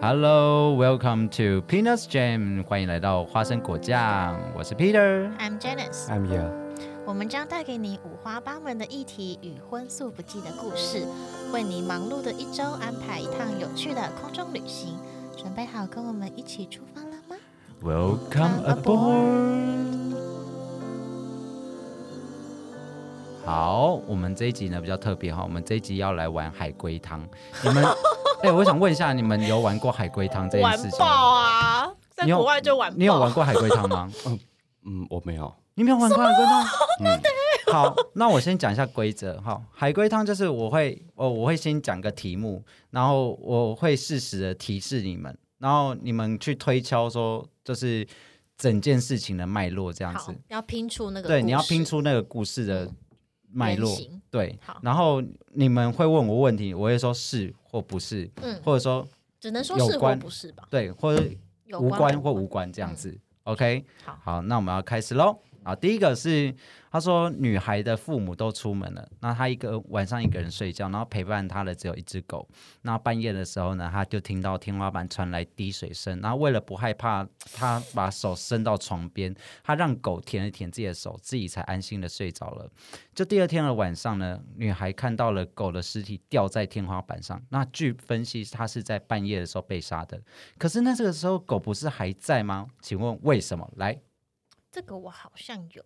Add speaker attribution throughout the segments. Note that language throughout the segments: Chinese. Speaker 1: Hello, welcome to Peanuts Jam，欢迎来到花生果酱，我是 Peter。
Speaker 2: I'm Janice，
Speaker 3: I'm here。
Speaker 2: 我们将带给你五花八门的议题与荤素不忌的故事，为你忙碌的一周安排一趟有趣的空中旅行。准备好跟我们一起出发了吗？
Speaker 1: Welcome aboard。好，我们这一集呢比较特别哈，我们这一集要来玩海龟汤。你 们，哎、我想问一下，你们有玩过海龟汤这件
Speaker 4: 玩
Speaker 1: 事情吗？
Speaker 4: 爆啊！在
Speaker 1: 你有
Speaker 4: 国外就玩爆，啊
Speaker 1: 你有玩过海龟汤吗？
Speaker 3: 嗯，我没有。
Speaker 1: 你没有玩过海龟汤？
Speaker 4: 欸
Speaker 1: 嗯好，那我先讲一下规则哈。海龟汤就是我会，哦，我会先讲个题目，然后我会适时的提示你们，然后你们去推敲说，就是整件事情的脉络这样
Speaker 4: 好
Speaker 1: 子。，
Speaker 4: 要拼出那个
Speaker 1: 对，你要
Speaker 4: 故事
Speaker 1: 拼出那个故事的脉
Speaker 4: 原
Speaker 1: 络
Speaker 4: 型。
Speaker 1: 对
Speaker 4: 好，
Speaker 1: 然后你们会问我问题，我会说是或不是，
Speaker 4: 嗯，
Speaker 1: 或者说
Speaker 4: 只能说
Speaker 1: 有
Speaker 4: 是或
Speaker 1: 关
Speaker 4: 不是吧？
Speaker 1: 对，或者
Speaker 4: 有
Speaker 1: 无关
Speaker 4: 无
Speaker 1: 或无关这样子。OK，
Speaker 4: 嗯好
Speaker 1: 那我们要开始喽。啊，第一个是他说女孩的父母都出门了，那她一个晚上一个人睡觉，然后陪伴她的只有一只狗。那半夜的时候呢，她就听到天花板传来滴水声，然后为了不害怕，她把手伸到床边，她让狗舔了舔自己的手，自己才安心的睡着了。就第二天的晚上呢，女孩看到了狗的尸体掉在天花板上，那据分析，她是在半夜的时候被杀的。可是那这个时候狗不是还在吗？请问为什么？来
Speaker 4: 这个我好像有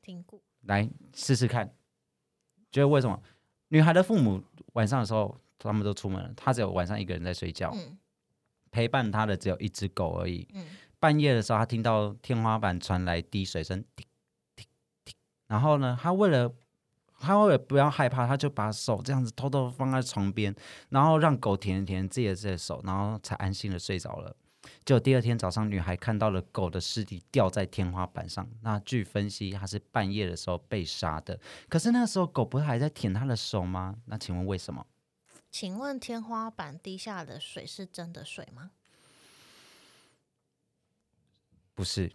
Speaker 4: 听过，
Speaker 1: 来试试看，觉得为什么？女孩的父母晚上的时候他们都出门了，她只有晚上一个人在睡觉，
Speaker 4: 嗯
Speaker 1: 陪伴她的只有一只狗而已。
Speaker 4: 嗯，
Speaker 1: 半夜的时候，她听到天花板传来滴水声，滴滴滴，然后呢，她为了她为了不要害怕，她就把手这样子偷偷放在床边，然后让狗舔一舔自己的这个手，然后才安心的睡着了。就第二天早上，女孩看到了狗的尸体掉在天花板上。那据分析，她是半夜的时候被杀的。可是那时候狗不是还在舔她的手吗？那请问为什么？
Speaker 2: 请问天花板滴下的水是真的水吗？
Speaker 1: 不是，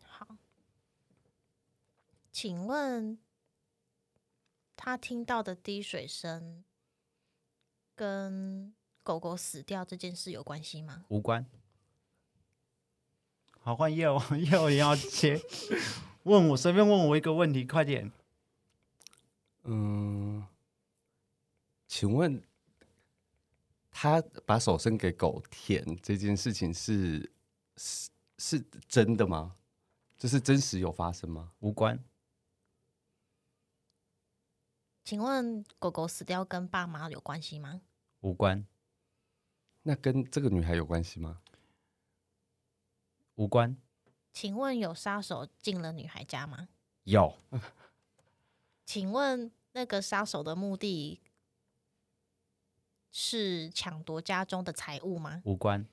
Speaker 2: 好，请问他听到的滴水声跟狗狗死掉这件事有关系吗？
Speaker 1: 无关。好，换业务， 业务也要接。问我随便问我一个问题，快点。
Speaker 3: 嗯，请问他把手伸给狗舔这件事情是是是真的吗？就是真实有发生吗？
Speaker 1: 无关，
Speaker 2: 请问狗狗死掉跟爸妈有关系吗？
Speaker 1: 无关，
Speaker 3: 那跟这个女孩有关 系吗？
Speaker 1: 无关。
Speaker 2: 请问有杀手进了女孩家吗？
Speaker 1: 有，
Speaker 2: 请问那个杀手的目的是抢夺家中的财物吗？
Speaker 1: 无关。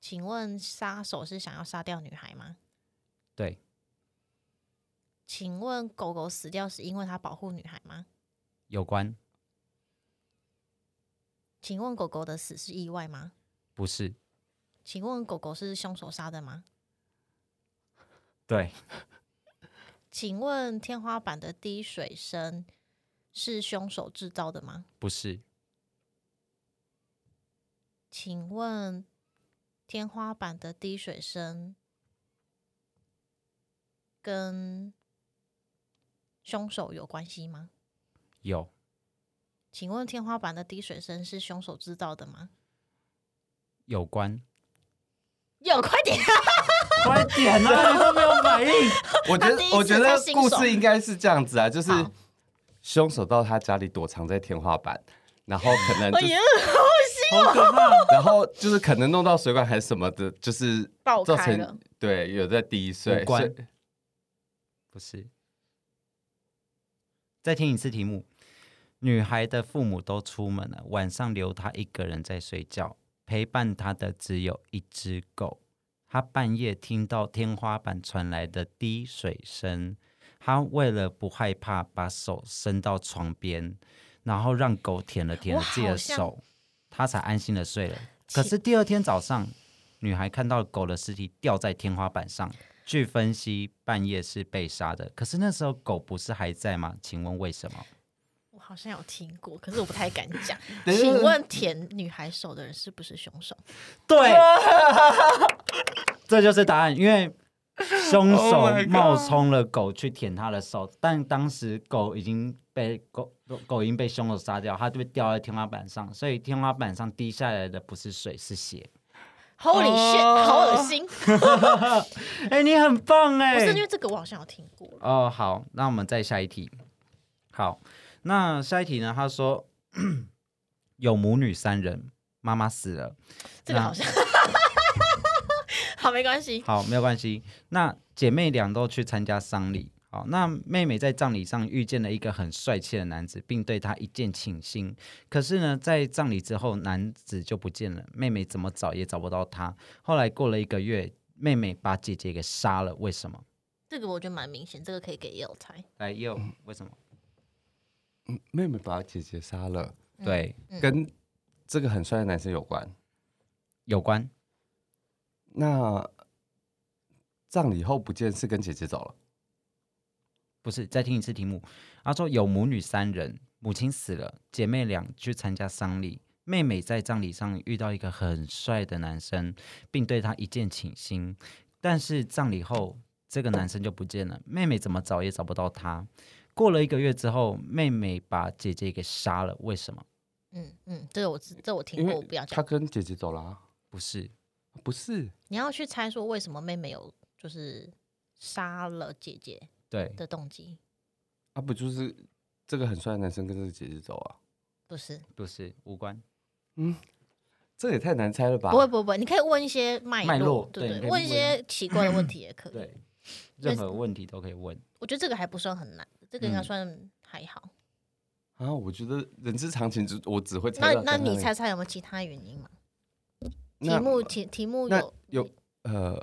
Speaker 2: 请问杀手是想要杀掉女孩吗？
Speaker 1: 对，
Speaker 2: 请问狗狗死掉是因为它保护女孩吗？
Speaker 1: 有关，
Speaker 2: 请问狗狗的死是意外吗？
Speaker 1: 不是。
Speaker 2: 请问狗狗是凶手杀的吗？
Speaker 1: 对，
Speaker 2: 请问天花板的滴水声是凶手制造的吗？
Speaker 1: 不是，
Speaker 2: 请问天花板的滴水声跟凶手有关系吗？
Speaker 1: 有，
Speaker 2: 请问天花板的滴水声是凶手制造的吗？
Speaker 1: 有关。
Speaker 2: 有，快 点！
Speaker 1: 快点啊！你都没有反应。
Speaker 3: 我觉
Speaker 2: 他第一
Speaker 3: 得，
Speaker 2: 次
Speaker 3: 我觉得
Speaker 2: 在新手
Speaker 3: 故事应该是这样子啊，就是
Speaker 2: 好
Speaker 3: 凶手到他家里躲藏在天花板，然后可能、就
Speaker 4: 哎
Speaker 3: 是
Speaker 4: 呀，
Speaker 1: 好可怕！
Speaker 3: 然后就是可能弄到水管还是什么的，就是
Speaker 4: 爆
Speaker 3: 造
Speaker 4: 开了
Speaker 3: 成对有在滴水
Speaker 1: 无，关
Speaker 3: 所以。
Speaker 1: 不是。再听一次题目：女孩的父母都出门了，晚上留她一个人在睡觉，陪伴她的只有一只狗。她半夜听到天花板传来的滴水声，她为了不害怕，把手伸到床边，然后让狗舔了舔了
Speaker 2: 我
Speaker 1: 自己的
Speaker 2: 好像
Speaker 1: 手，她才安心的睡了。可
Speaker 2: 切
Speaker 1: 是第二天早上，女孩看到狗的尸体掉在天花板上，据分析，半夜是被杀的。可是那时候狗不是还在吗？请问为什么？
Speaker 2: 我好像有听过，可是我不太敢讲
Speaker 3: 等一下
Speaker 2: 请问舔女孩手的人是不是凶手？
Speaker 1: 对，这就是答案，因为凶手
Speaker 3: Oh my God
Speaker 1: 冒充了狗去舔他的手，但当时狗已经被狗狗已经被凶手杀掉，它就被掉在天花板上，所以天花板上滴下来的不是水是血。
Speaker 2: Holy
Speaker 3: 哦
Speaker 2: shit，好恶心！
Speaker 1: 哎，你很棒哎！
Speaker 2: 不是因为这个，我好像有听过。
Speaker 1: 哦，好，那我们再下一题。好，那下一题呢？他说 有母女三人，妈妈死了。
Speaker 2: 这个
Speaker 1: 那
Speaker 2: 好 像， 好没关系。
Speaker 1: 好，没有关系。那姐妹俩都去参加丧礼。好，那妹妹在葬礼上遇见了一个很帅气的男子，并对他一见倾心。可是呢，在葬礼之后，男子就不见了，妹妹怎么找也找不到他。后来过了一个月，妹妹把姐姐给杀了，为什么？
Speaker 2: 这个我觉得蛮明显，这个可以给 Yale 猜。
Speaker 1: 来又为什么？
Speaker 3: 嗯妹妹把姐姐杀了，
Speaker 1: 对，
Speaker 2: 嗯
Speaker 3: 跟这个很帅的男生有关。
Speaker 1: 有关
Speaker 3: 那葬礼后不见是跟姐姐走了，
Speaker 1: 不是？再听一次题目。他说有母女三人，母亲死了，姐妹俩去参加丧礼。妹妹在葬礼上遇到一个很帅的男生，并对他一见倾心。但是葬礼后，这个男生就不见了，妹妹怎么找也找不到他。过了一个月之后，妹妹把姐姐给杀了，为什么？
Speaker 2: 嗯嗯，这个我知，这我听
Speaker 3: 因
Speaker 2: 过，我
Speaker 3: 为
Speaker 2: 不要
Speaker 3: 他
Speaker 2: 讲。
Speaker 3: 跟姐姐走了、啊，
Speaker 1: 不是，
Speaker 3: 不是？
Speaker 2: 你要去猜说为什么妹妹有就是杀了姐姐
Speaker 1: 对，
Speaker 2: 的动机，
Speaker 3: 啊，不就是这个很帅的男生跟这个姐姐走啊？
Speaker 2: 不是？
Speaker 1: 不是，无关。
Speaker 3: 这也太难猜了吧？
Speaker 2: 不会不会不会，你可以问一些脉
Speaker 1: 脉
Speaker 2: 络
Speaker 1: 络，
Speaker 2: 对
Speaker 1: 对你
Speaker 2: 不
Speaker 1: 可以
Speaker 2: 对？问一些奇怪的问题也可以。
Speaker 1: 对，任何问题都可以问。
Speaker 2: 我觉得这个还不算很难，这个应该
Speaker 1: 嗯
Speaker 2: 算还好。
Speaker 3: 啊，我觉得人之常情，只我只会猜
Speaker 2: 那
Speaker 3: 到
Speaker 2: 那
Speaker 3: 跟他
Speaker 2: 你
Speaker 3: 的
Speaker 2: 猜猜有没有其他原因嘛？题
Speaker 3: 那
Speaker 2: 目题题目
Speaker 3: 那
Speaker 2: 有
Speaker 3: 有呃，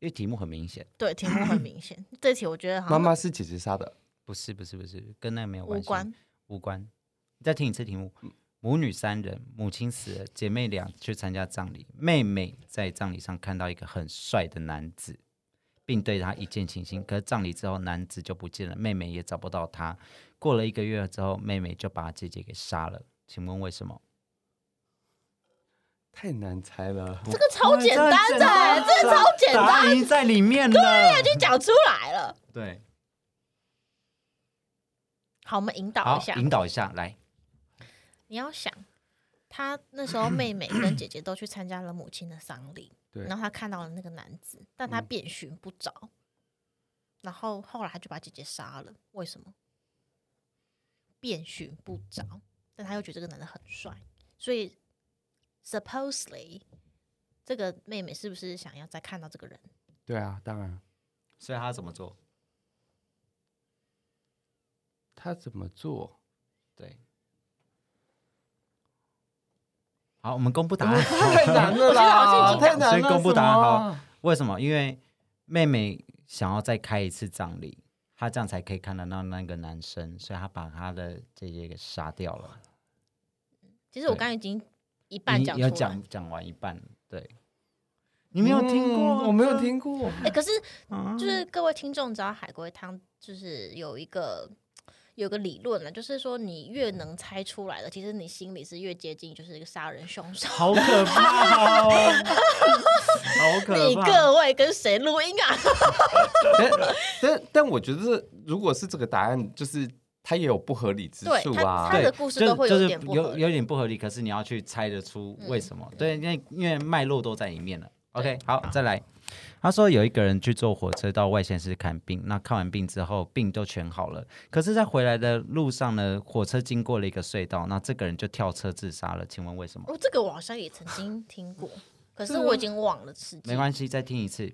Speaker 1: 因为题目很明显，
Speaker 2: 对题目很明显，这题我觉得好
Speaker 3: 妈
Speaker 2: 像
Speaker 3: 妈是姐姐杀的，
Speaker 1: 不是，不是，不是，跟那个没有
Speaker 2: 无
Speaker 1: 关系。
Speaker 2: 关。
Speaker 1: 无关。再听一次题目：母女三人，母亲死了，姐妹俩去参加葬礼，妹妹在葬礼上看到一个很帅的男子，并对他一见倾心。可是葬礼之后，男子就不见了，妹妹也找不到他。过了一个月之后，妹妹就把姐姐给杀了。请问为什么？
Speaker 3: 太难猜了。
Speaker 2: 这个超简单的欸、这个超简
Speaker 1: 答
Speaker 2: 单，
Speaker 1: 案已经在里面了。对
Speaker 2: 就讲出来了。
Speaker 1: 对，
Speaker 2: 好，我们引导
Speaker 1: 好
Speaker 2: 一下，，
Speaker 1: 引导一下来。
Speaker 2: 你要想，他那时候妹妹跟姐姐都去参加了母亲的丧礼，
Speaker 3: 对
Speaker 2: 然后他看到了那个男子，但他遍寻不着，然后后来他就把姐姐杀了。为什么？遍寻不着，但他又觉得这个男的很帅，所以 supposedly 这个妹妹是不是想要再看到这个人？
Speaker 3: 对啊，当然，
Speaker 1: 所以他怎么做？
Speaker 3: 他怎么做？
Speaker 1: 对。好，我们公布答 案。
Speaker 3: 太难了啦！太难
Speaker 1: 所以
Speaker 3: 了，
Speaker 1: 公布答案
Speaker 3: 什么
Speaker 2: 啊
Speaker 1: 好。为什么？因为妹妹想要再开一次葬礼，她这样才可以看得到那个男生，所以她把她的姐姐给杀掉了。
Speaker 2: 其实我
Speaker 1: 对
Speaker 2: 刚刚已经一半
Speaker 1: 你
Speaker 2: 讲出
Speaker 1: 要
Speaker 2: 来，
Speaker 1: 讲讲完一半，对，你没有听过啊、
Speaker 3: 嗯我没有听过。
Speaker 2: 哎、可是
Speaker 1: 啊
Speaker 2: 就是各位听众知道海龟汤就是有一个有个理论呢，就是说你越能猜出来的，其实你心里是越接近就是一个杀人凶手。
Speaker 1: 好可怕哦，好可
Speaker 2: 你
Speaker 1: 怕！哦
Speaker 2: 各位跟谁录音啊？
Speaker 3: 但 但但我觉得，如果是这个答案，就是它也有不合理之
Speaker 2: 对
Speaker 3: 处
Speaker 2: 他
Speaker 3: 啊。
Speaker 2: 他
Speaker 1: 对
Speaker 2: 的故事
Speaker 1: 就
Speaker 2: 都会
Speaker 1: 就
Speaker 2: 有
Speaker 1: 是
Speaker 2: 点不合
Speaker 1: 有
Speaker 2: 理。嗯
Speaker 1: 有点不合理，可是你要去猜得出为什么？对，因为因为脉络都在里面了。OK，好，再来。他说有一个人去坐火车到外县市看病，那看完病之后病都全好了，可是，在回来的路上呢，火车经过了一个隧道，那这个人就跳车自杀了。请问为什么？
Speaker 2: 哦，这个我好像也曾经听过，可是我已经忘了时
Speaker 1: 啊没
Speaker 2: 间。
Speaker 1: 关系，再听一次。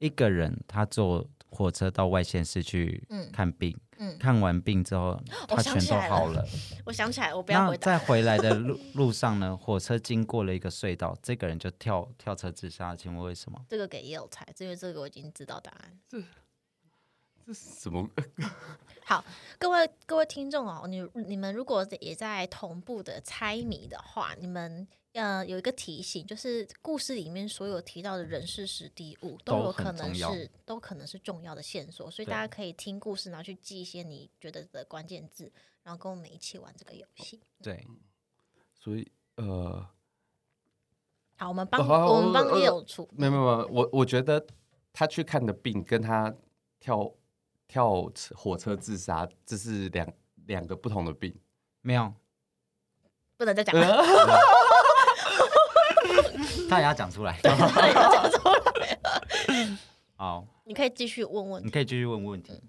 Speaker 1: 一个人他坐火车到外县市去
Speaker 2: 嗯
Speaker 1: 看病，
Speaker 2: 嗯
Speaker 1: 看完病之后
Speaker 2: 我
Speaker 1: 他
Speaker 2: 想
Speaker 1: 全
Speaker 2: 起
Speaker 1: 都
Speaker 2: 来
Speaker 1: 好
Speaker 2: 了
Speaker 1: 了。
Speaker 2: 我想起来，我不要
Speaker 1: 那
Speaker 2: 回答。
Speaker 1: 在回来的路路上呢，火车经过了一个隧道，这个人就跳跳车自杀，请问为什么？
Speaker 2: 这个给 Yale 猜，因为这个我已经知道答案。
Speaker 3: 这是怎么？
Speaker 2: 好，各位各位听众哦，你你们如果也在同步的猜谜的话，你们呃有一个提醒，就是故事里面所有提到的人事实地物都
Speaker 1: 都
Speaker 2: 有
Speaker 1: 很
Speaker 2: 可能
Speaker 1: 重要
Speaker 2: 是都可能是重要的线索，所以
Speaker 1: 对
Speaker 2: 大家可以听故事，然后去记一些你觉得的关键字，然后跟我们一起玩这个游戏。
Speaker 1: 对，
Speaker 3: 所以呃，
Speaker 2: 好，我们帮、
Speaker 3: 好
Speaker 2: 我们帮
Speaker 3: 呃
Speaker 2: 你有出，
Speaker 3: 没有没有没有，我我觉得他去看的病跟他跳跳车火车自杀，这是两两个不同的病。
Speaker 1: 没有，
Speaker 2: 不能再讲了，
Speaker 1: 他也要讲 出来。 好，
Speaker 2: 你可以继续问问
Speaker 1: 你
Speaker 2: 题。
Speaker 1: 可以继续问问题。
Speaker 2: 嗯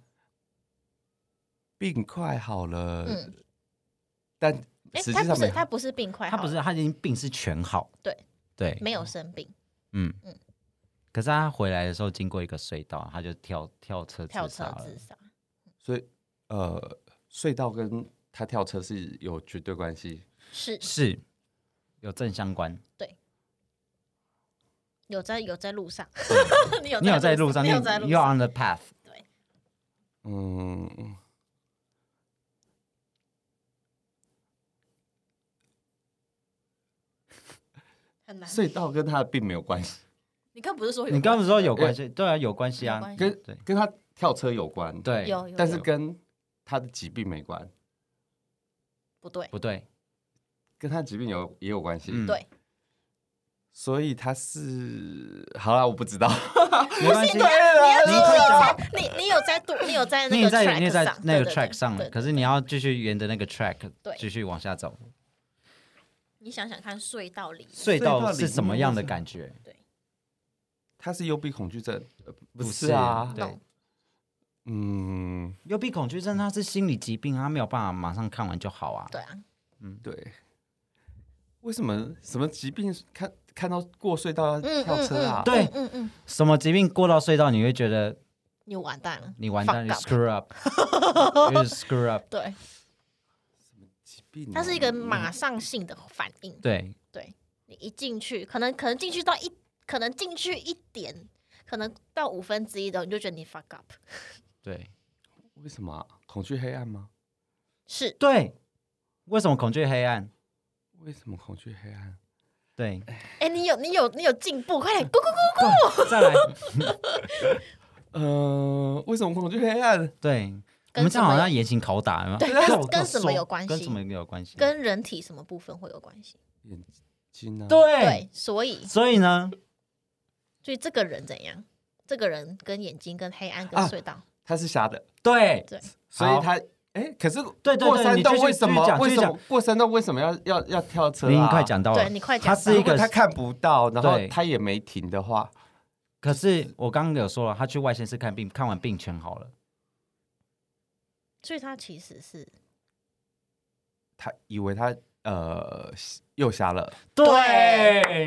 Speaker 3: 病快好了，
Speaker 2: 嗯
Speaker 3: 但
Speaker 2: 哎、
Speaker 3: 实际
Speaker 2: 他不
Speaker 3: 上没
Speaker 2: 是
Speaker 3: 有。
Speaker 2: 他不是病快好
Speaker 1: 他
Speaker 2: 了，
Speaker 1: 不是，他已经病是全好。
Speaker 2: 对
Speaker 1: 对，
Speaker 2: 没有生病，
Speaker 1: 嗯
Speaker 2: 嗯
Speaker 1: 可是他回来的时候经过一个隧道，他就跳跳车
Speaker 2: 跳
Speaker 1: 自杀
Speaker 2: 车
Speaker 1: 了
Speaker 2: 自。杀。
Speaker 3: 所以呃，隧道跟他跳车是有绝对关系。
Speaker 2: 是
Speaker 1: 是有正相关，
Speaker 2: 有在有在路上， 你有
Speaker 1: 你有在路
Speaker 2: 路
Speaker 1: 上，
Speaker 2: 你
Speaker 1: 你
Speaker 2: 有在路
Speaker 1: you
Speaker 2: 上，
Speaker 1: are on the path，
Speaker 3: 嗯，
Speaker 2: 很难。
Speaker 3: 隧道跟他的病没有关系，
Speaker 2: 你刚不是说有
Speaker 1: 你刚刚
Speaker 2: 关
Speaker 1: 说有关系，对啊，有关系
Speaker 2: 有
Speaker 1: 啊
Speaker 2: 关，系
Speaker 3: 跟
Speaker 1: 对
Speaker 3: 跟他跳车有关，，
Speaker 1: 对，
Speaker 2: 有有，
Speaker 3: 但是
Speaker 2: 有
Speaker 3: 跟他的疾病没关，
Speaker 2: 不对，
Speaker 1: 不对？
Speaker 3: 跟他的疾病有也有关系。
Speaker 1: 嗯
Speaker 2: 对，
Speaker 3: 所以他是好啦，我不知 道。
Speaker 1: 没关系，
Speaker 2: 你
Speaker 1: 你快
Speaker 2: 要
Speaker 1: 讲
Speaker 2: 啊你有在你你有在度，你有在
Speaker 1: 你
Speaker 2: 那
Speaker 1: 也
Speaker 2: 个
Speaker 1: 在
Speaker 2: track
Speaker 1: 你也在
Speaker 2: 上
Speaker 1: 那
Speaker 2: 对
Speaker 1: 个
Speaker 2: 对
Speaker 1: track
Speaker 2: 对
Speaker 1: 上了，
Speaker 2: 对
Speaker 1: 可是你要继续沿着那个 track
Speaker 2: 对
Speaker 1: 继续往下走。
Speaker 2: 你想想看，隧道里
Speaker 1: 隧
Speaker 3: 隧道
Speaker 1: 道
Speaker 3: 里
Speaker 1: 是什么
Speaker 3: 面
Speaker 1: 样
Speaker 3: 是
Speaker 1: 的
Speaker 3: 什么
Speaker 1: 感觉？
Speaker 3: 他是幽闭恐惧症，呃不是啊？
Speaker 1: 对，
Speaker 3: 嗯，
Speaker 1: 幽闭恐惧症它是心理疾病，它没有办法马上看完就好啊。
Speaker 2: 对啊，
Speaker 3: 对。为什么什么疾病看看到过隧道要跳车啊？
Speaker 1: 对
Speaker 2: 嗯嗯嗯，
Speaker 1: 什么疾病过到隧道，你会觉得
Speaker 2: 你完蛋了，
Speaker 1: 你完蛋，你
Speaker 2: Fuck up
Speaker 1: screw up，你 screw up，
Speaker 2: 对，
Speaker 3: 疾病啊
Speaker 2: 嗯它是一个马上性的反应，
Speaker 1: 对，
Speaker 2: 你一进去，可能可能进去到一，可能进去一点，可能到五分之一的，你就觉得你 fuck up，
Speaker 1: 对，
Speaker 3: 为什么啊恐惧黑暗吗？
Speaker 2: 是
Speaker 1: 对。为什么恐惧黑暗？
Speaker 3: 为什么恐惧黑暗？
Speaker 1: 对，
Speaker 2: 哎，你有你有你有进步，快点，咕咕咕，
Speaker 1: 再来，
Speaker 3: 呃，为什么恐惧黑暗？
Speaker 1: 对，我
Speaker 2: 跟
Speaker 1: 们
Speaker 2: 什
Speaker 1: 这样好
Speaker 2: 么
Speaker 1: 像严刑拷打，有没有
Speaker 2: 对
Speaker 1: 要
Speaker 2: 跟
Speaker 1: 我
Speaker 2: 跟
Speaker 1: 要
Speaker 2: 什么
Speaker 1: 说
Speaker 2: 有关
Speaker 1: 跟
Speaker 2: 系
Speaker 1: 什么有关系？
Speaker 2: 跟人体什么部分会有关系？
Speaker 3: 眼睛啊？，
Speaker 1: 对，
Speaker 2: 对，所以
Speaker 1: 所以呢，
Speaker 2: 所以这个人怎样？这个人跟眼睛、跟黑暗、跟
Speaker 3: 啊
Speaker 2: 隧道，
Speaker 3: 他是瞎的，
Speaker 1: 对
Speaker 2: 对，
Speaker 3: 所
Speaker 1: 好
Speaker 3: 以他哎，可是
Speaker 1: 对对
Speaker 3: 过山
Speaker 1: 你
Speaker 3: 洞
Speaker 1: 继续
Speaker 3: 为什
Speaker 1: 继续
Speaker 3: 么
Speaker 1: 讲
Speaker 3: 为
Speaker 1: 继续
Speaker 3: 什
Speaker 1: 讲
Speaker 3: 么过山洞为什么要要要跳车啊？
Speaker 1: 林快讲到了
Speaker 2: 对，你快
Speaker 1: 它
Speaker 2: 讲吧
Speaker 1: 哦是一
Speaker 3: 如果
Speaker 1: 个
Speaker 3: 他看不到，然后
Speaker 1: 对
Speaker 3: 他也没停的话，
Speaker 1: 可是我刚刚有说了，他去外县市看病，看完病全好了，
Speaker 2: 所以他其实是
Speaker 3: 他以为他呃又瞎了，
Speaker 2: 对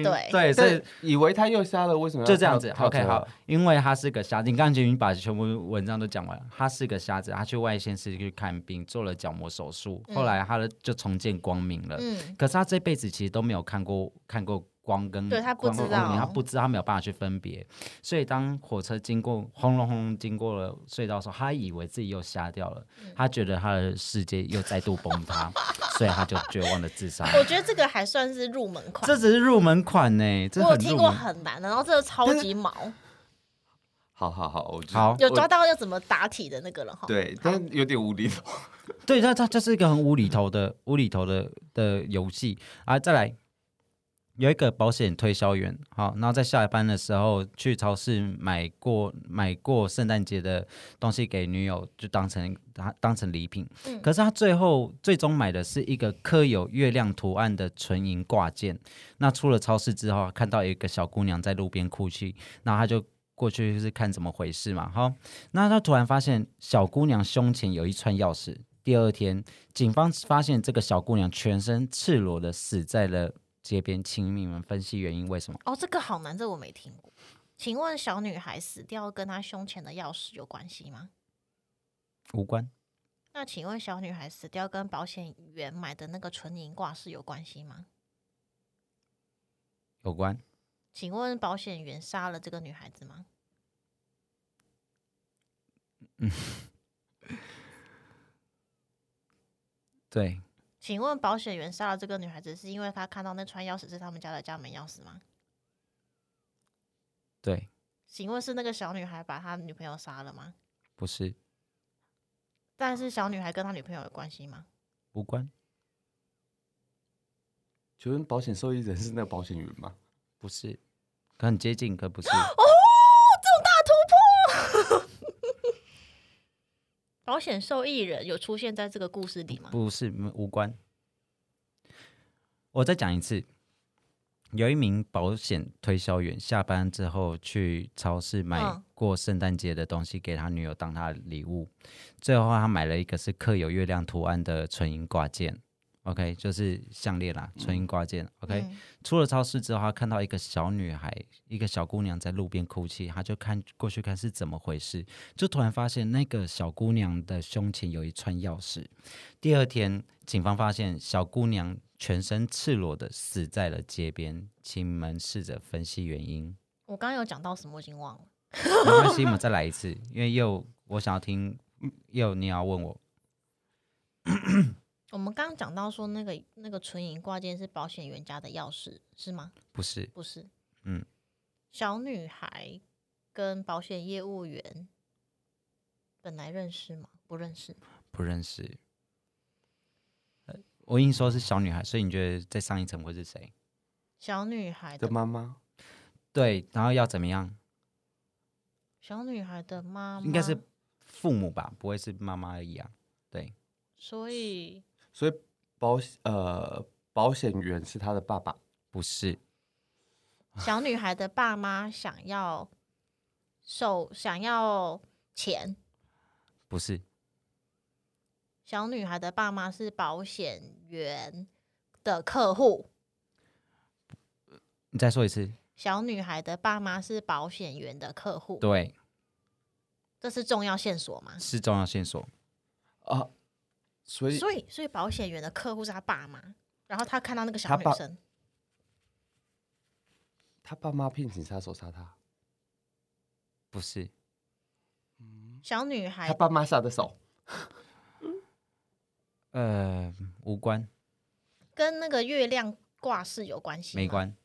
Speaker 2: 对
Speaker 1: 对，所以
Speaker 3: 但以为他又瞎了，为什么要
Speaker 1: 就这样
Speaker 3: 跳
Speaker 1: 子
Speaker 3: 跳
Speaker 1: ，OK，
Speaker 3: 车啊
Speaker 1: 好，因为他是个瞎子，你刚才已经把全部文章都讲完了，他是个瞎子，他去外县市去看病，做了角膜手术，
Speaker 2: 嗯
Speaker 1: 后来他的就重见光明了。
Speaker 2: 嗯，
Speaker 1: 可是他这辈子其实都没有看过看过光跟
Speaker 2: 对他不
Speaker 1: 光
Speaker 2: 知
Speaker 1: 跟光明
Speaker 2: 道
Speaker 1: 他不知道，他没有办法去分别。所以当火车经过轰隆轰隆经过了隧道的时候，他以为自己又瞎掉了，
Speaker 2: 嗯
Speaker 1: 他觉得他的世界又再度崩 塌，所以他就绝望的自杀。
Speaker 2: 我觉得这个还算是入门款
Speaker 1: 这。只是入门款呢，这
Speaker 2: 我有
Speaker 1: 很
Speaker 2: 听
Speaker 1: 入
Speaker 2: 过
Speaker 1: 门。
Speaker 2: 很难的，然后这个超级毛，
Speaker 3: 好好好，我知
Speaker 1: 好
Speaker 2: 有抓到要怎么答题的那个了哈。
Speaker 3: 对，但有点无厘头。
Speaker 1: 对，他他就是一个很无厘头的无厘头的的游戏啊。再来有一个保险推销员，好，然后在下班的时候去超市买过买过圣诞节的东西给女友，就当成他当成礼品。
Speaker 2: 嗯
Speaker 1: 可是他最后最终买的是一个刻有月亮图案的纯银挂件。那出了超市之后，看到有一个小姑娘在路边哭泣，然后他就。过去是看怎么回事嘛，好，那他突然发现小姑娘胸前有一串钥匙。第二天，警方发现这个小姑娘全身赤裸的死在了街边，请你们分析原因为什么？
Speaker 2: 哦，这个好难，这我没听过。请问小女孩死掉跟她胸前的钥匙有关系吗？
Speaker 1: 无关，
Speaker 2: 那请问小女孩死掉跟保险员买的那个纯银挂饰有关系吗？
Speaker 1: 有关，
Speaker 2: 请问保险员杀了这个女孩子吗？
Speaker 1: 对，
Speaker 2: 请问保险员杀了这个女孩子，是因为他看到那串钥匙是他们家的家门钥匙吗？
Speaker 1: 对，
Speaker 2: 请问是那个小女孩把她女朋友杀了吗？
Speaker 1: 不是
Speaker 2: 但是小女孩跟她女朋友有关系吗？
Speaker 1: 无关，
Speaker 3: 请问保险受益人是那个保险员吗？
Speaker 1: 不是，可很接近，可不是。
Speaker 2: 保险受益人有出现在这个故事里吗？
Speaker 1: 不是嗯没无关。我再讲一次，有一名保险推销员下班之后去超市买
Speaker 2: 嗯
Speaker 1: 过圣诞节的东西给他女友当他的礼物，最后他买了一个是刻有月亮图案的纯银挂件。OK，就是项链啦，纯银挂件。OK，、
Speaker 2: 嗯
Speaker 1: 出了超市之后，他看到一个小女孩，一个小姑娘在路边哭泣，他就看过去看是怎么回事，就突然发现那个小姑娘的胸前有一串钥匙。第二天，警方发现小姑娘全身赤裸的死在了街边，请你们试着分析原因。
Speaker 2: 我刚刚有讲到什么，我已经忘了。
Speaker 1: 没关系，我们再来一次，因为又我想要听，又你要问我，
Speaker 2: 我们刚刚讲到说那个那个纯银挂件是保险员家的钥匙是吗？
Speaker 1: 不是
Speaker 2: 不是，
Speaker 1: 嗯，
Speaker 2: 小女孩跟保险业务员本来认识吗？不认识。
Speaker 1: 不认识。呃我硬说是小女孩，所以你觉得在上一层会是谁？
Speaker 2: 小女孩的
Speaker 3: 的妈妈
Speaker 1: 对，然后要怎么样？
Speaker 2: 小女孩的妈妈
Speaker 1: 应该是，父母吧，不会是妈妈而已啊。对，
Speaker 2: 所以
Speaker 3: 所以保呃保险员是他的爸爸，
Speaker 1: 不是，
Speaker 2: 小女孩的爸妈想要受想要钱，
Speaker 1: 不是，
Speaker 2: 小女孩的爸妈是保险员的客户，
Speaker 1: 你再说一次。
Speaker 2: 小女孩的爸妈是保险员的客户，
Speaker 1: 对，
Speaker 2: 这是重要线索吗？
Speaker 1: 是重要线索。
Speaker 3: 啊，所以
Speaker 2: 所以，所以保险员的客户是他爸妈，然后他看到那个小
Speaker 3: 他
Speaker 2: 女
Speaker 3: 爸
Speaker 2: 生，
Speaker 3: 他爸妈骗警察手杀他，
Speaker 1: 不是，
Speaker 2: 小女孩
Speaker 3: 嗯他爸妈下的手，
Speaker 1: 呃，无关，
Speaker 2: 跟那个月亮挂饰有关系吗
Speaker 1: 没，关，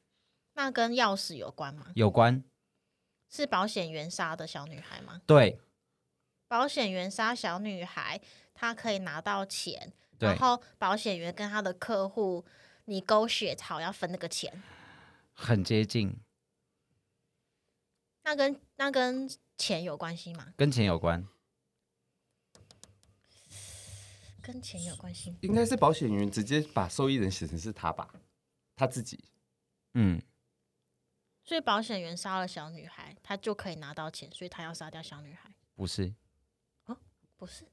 Speaker 2: 那跟钥匙有关吗？
Speaker 1: 有关。
Speaker 2: 是保险员杀的小女孩吗？
Speaker 1: 对，
Speaker 2: 保险员杀小女孩，她可以拿到钱，
Speaker 1: 对
Speaker 2: 然后保险员跟他的客户，你勾血好要分那个钱，
Speaker 1: 很接近，
Speaker 2: 那跟那跟钱有关系吗？
Speaker 1: 跟钱有关。
Speaker 2: 跟钱有关系？
Speaker 3: 应该是保险员直接把受益人写成是他吧，他自己
Speaker 1: 嗯，
Speaker 2: 所以保险员杀了小女孩，他就可以拿到钱，所以他要杀掉小女孩，
Speaker 1: 不是，
Speaker 2: 不是？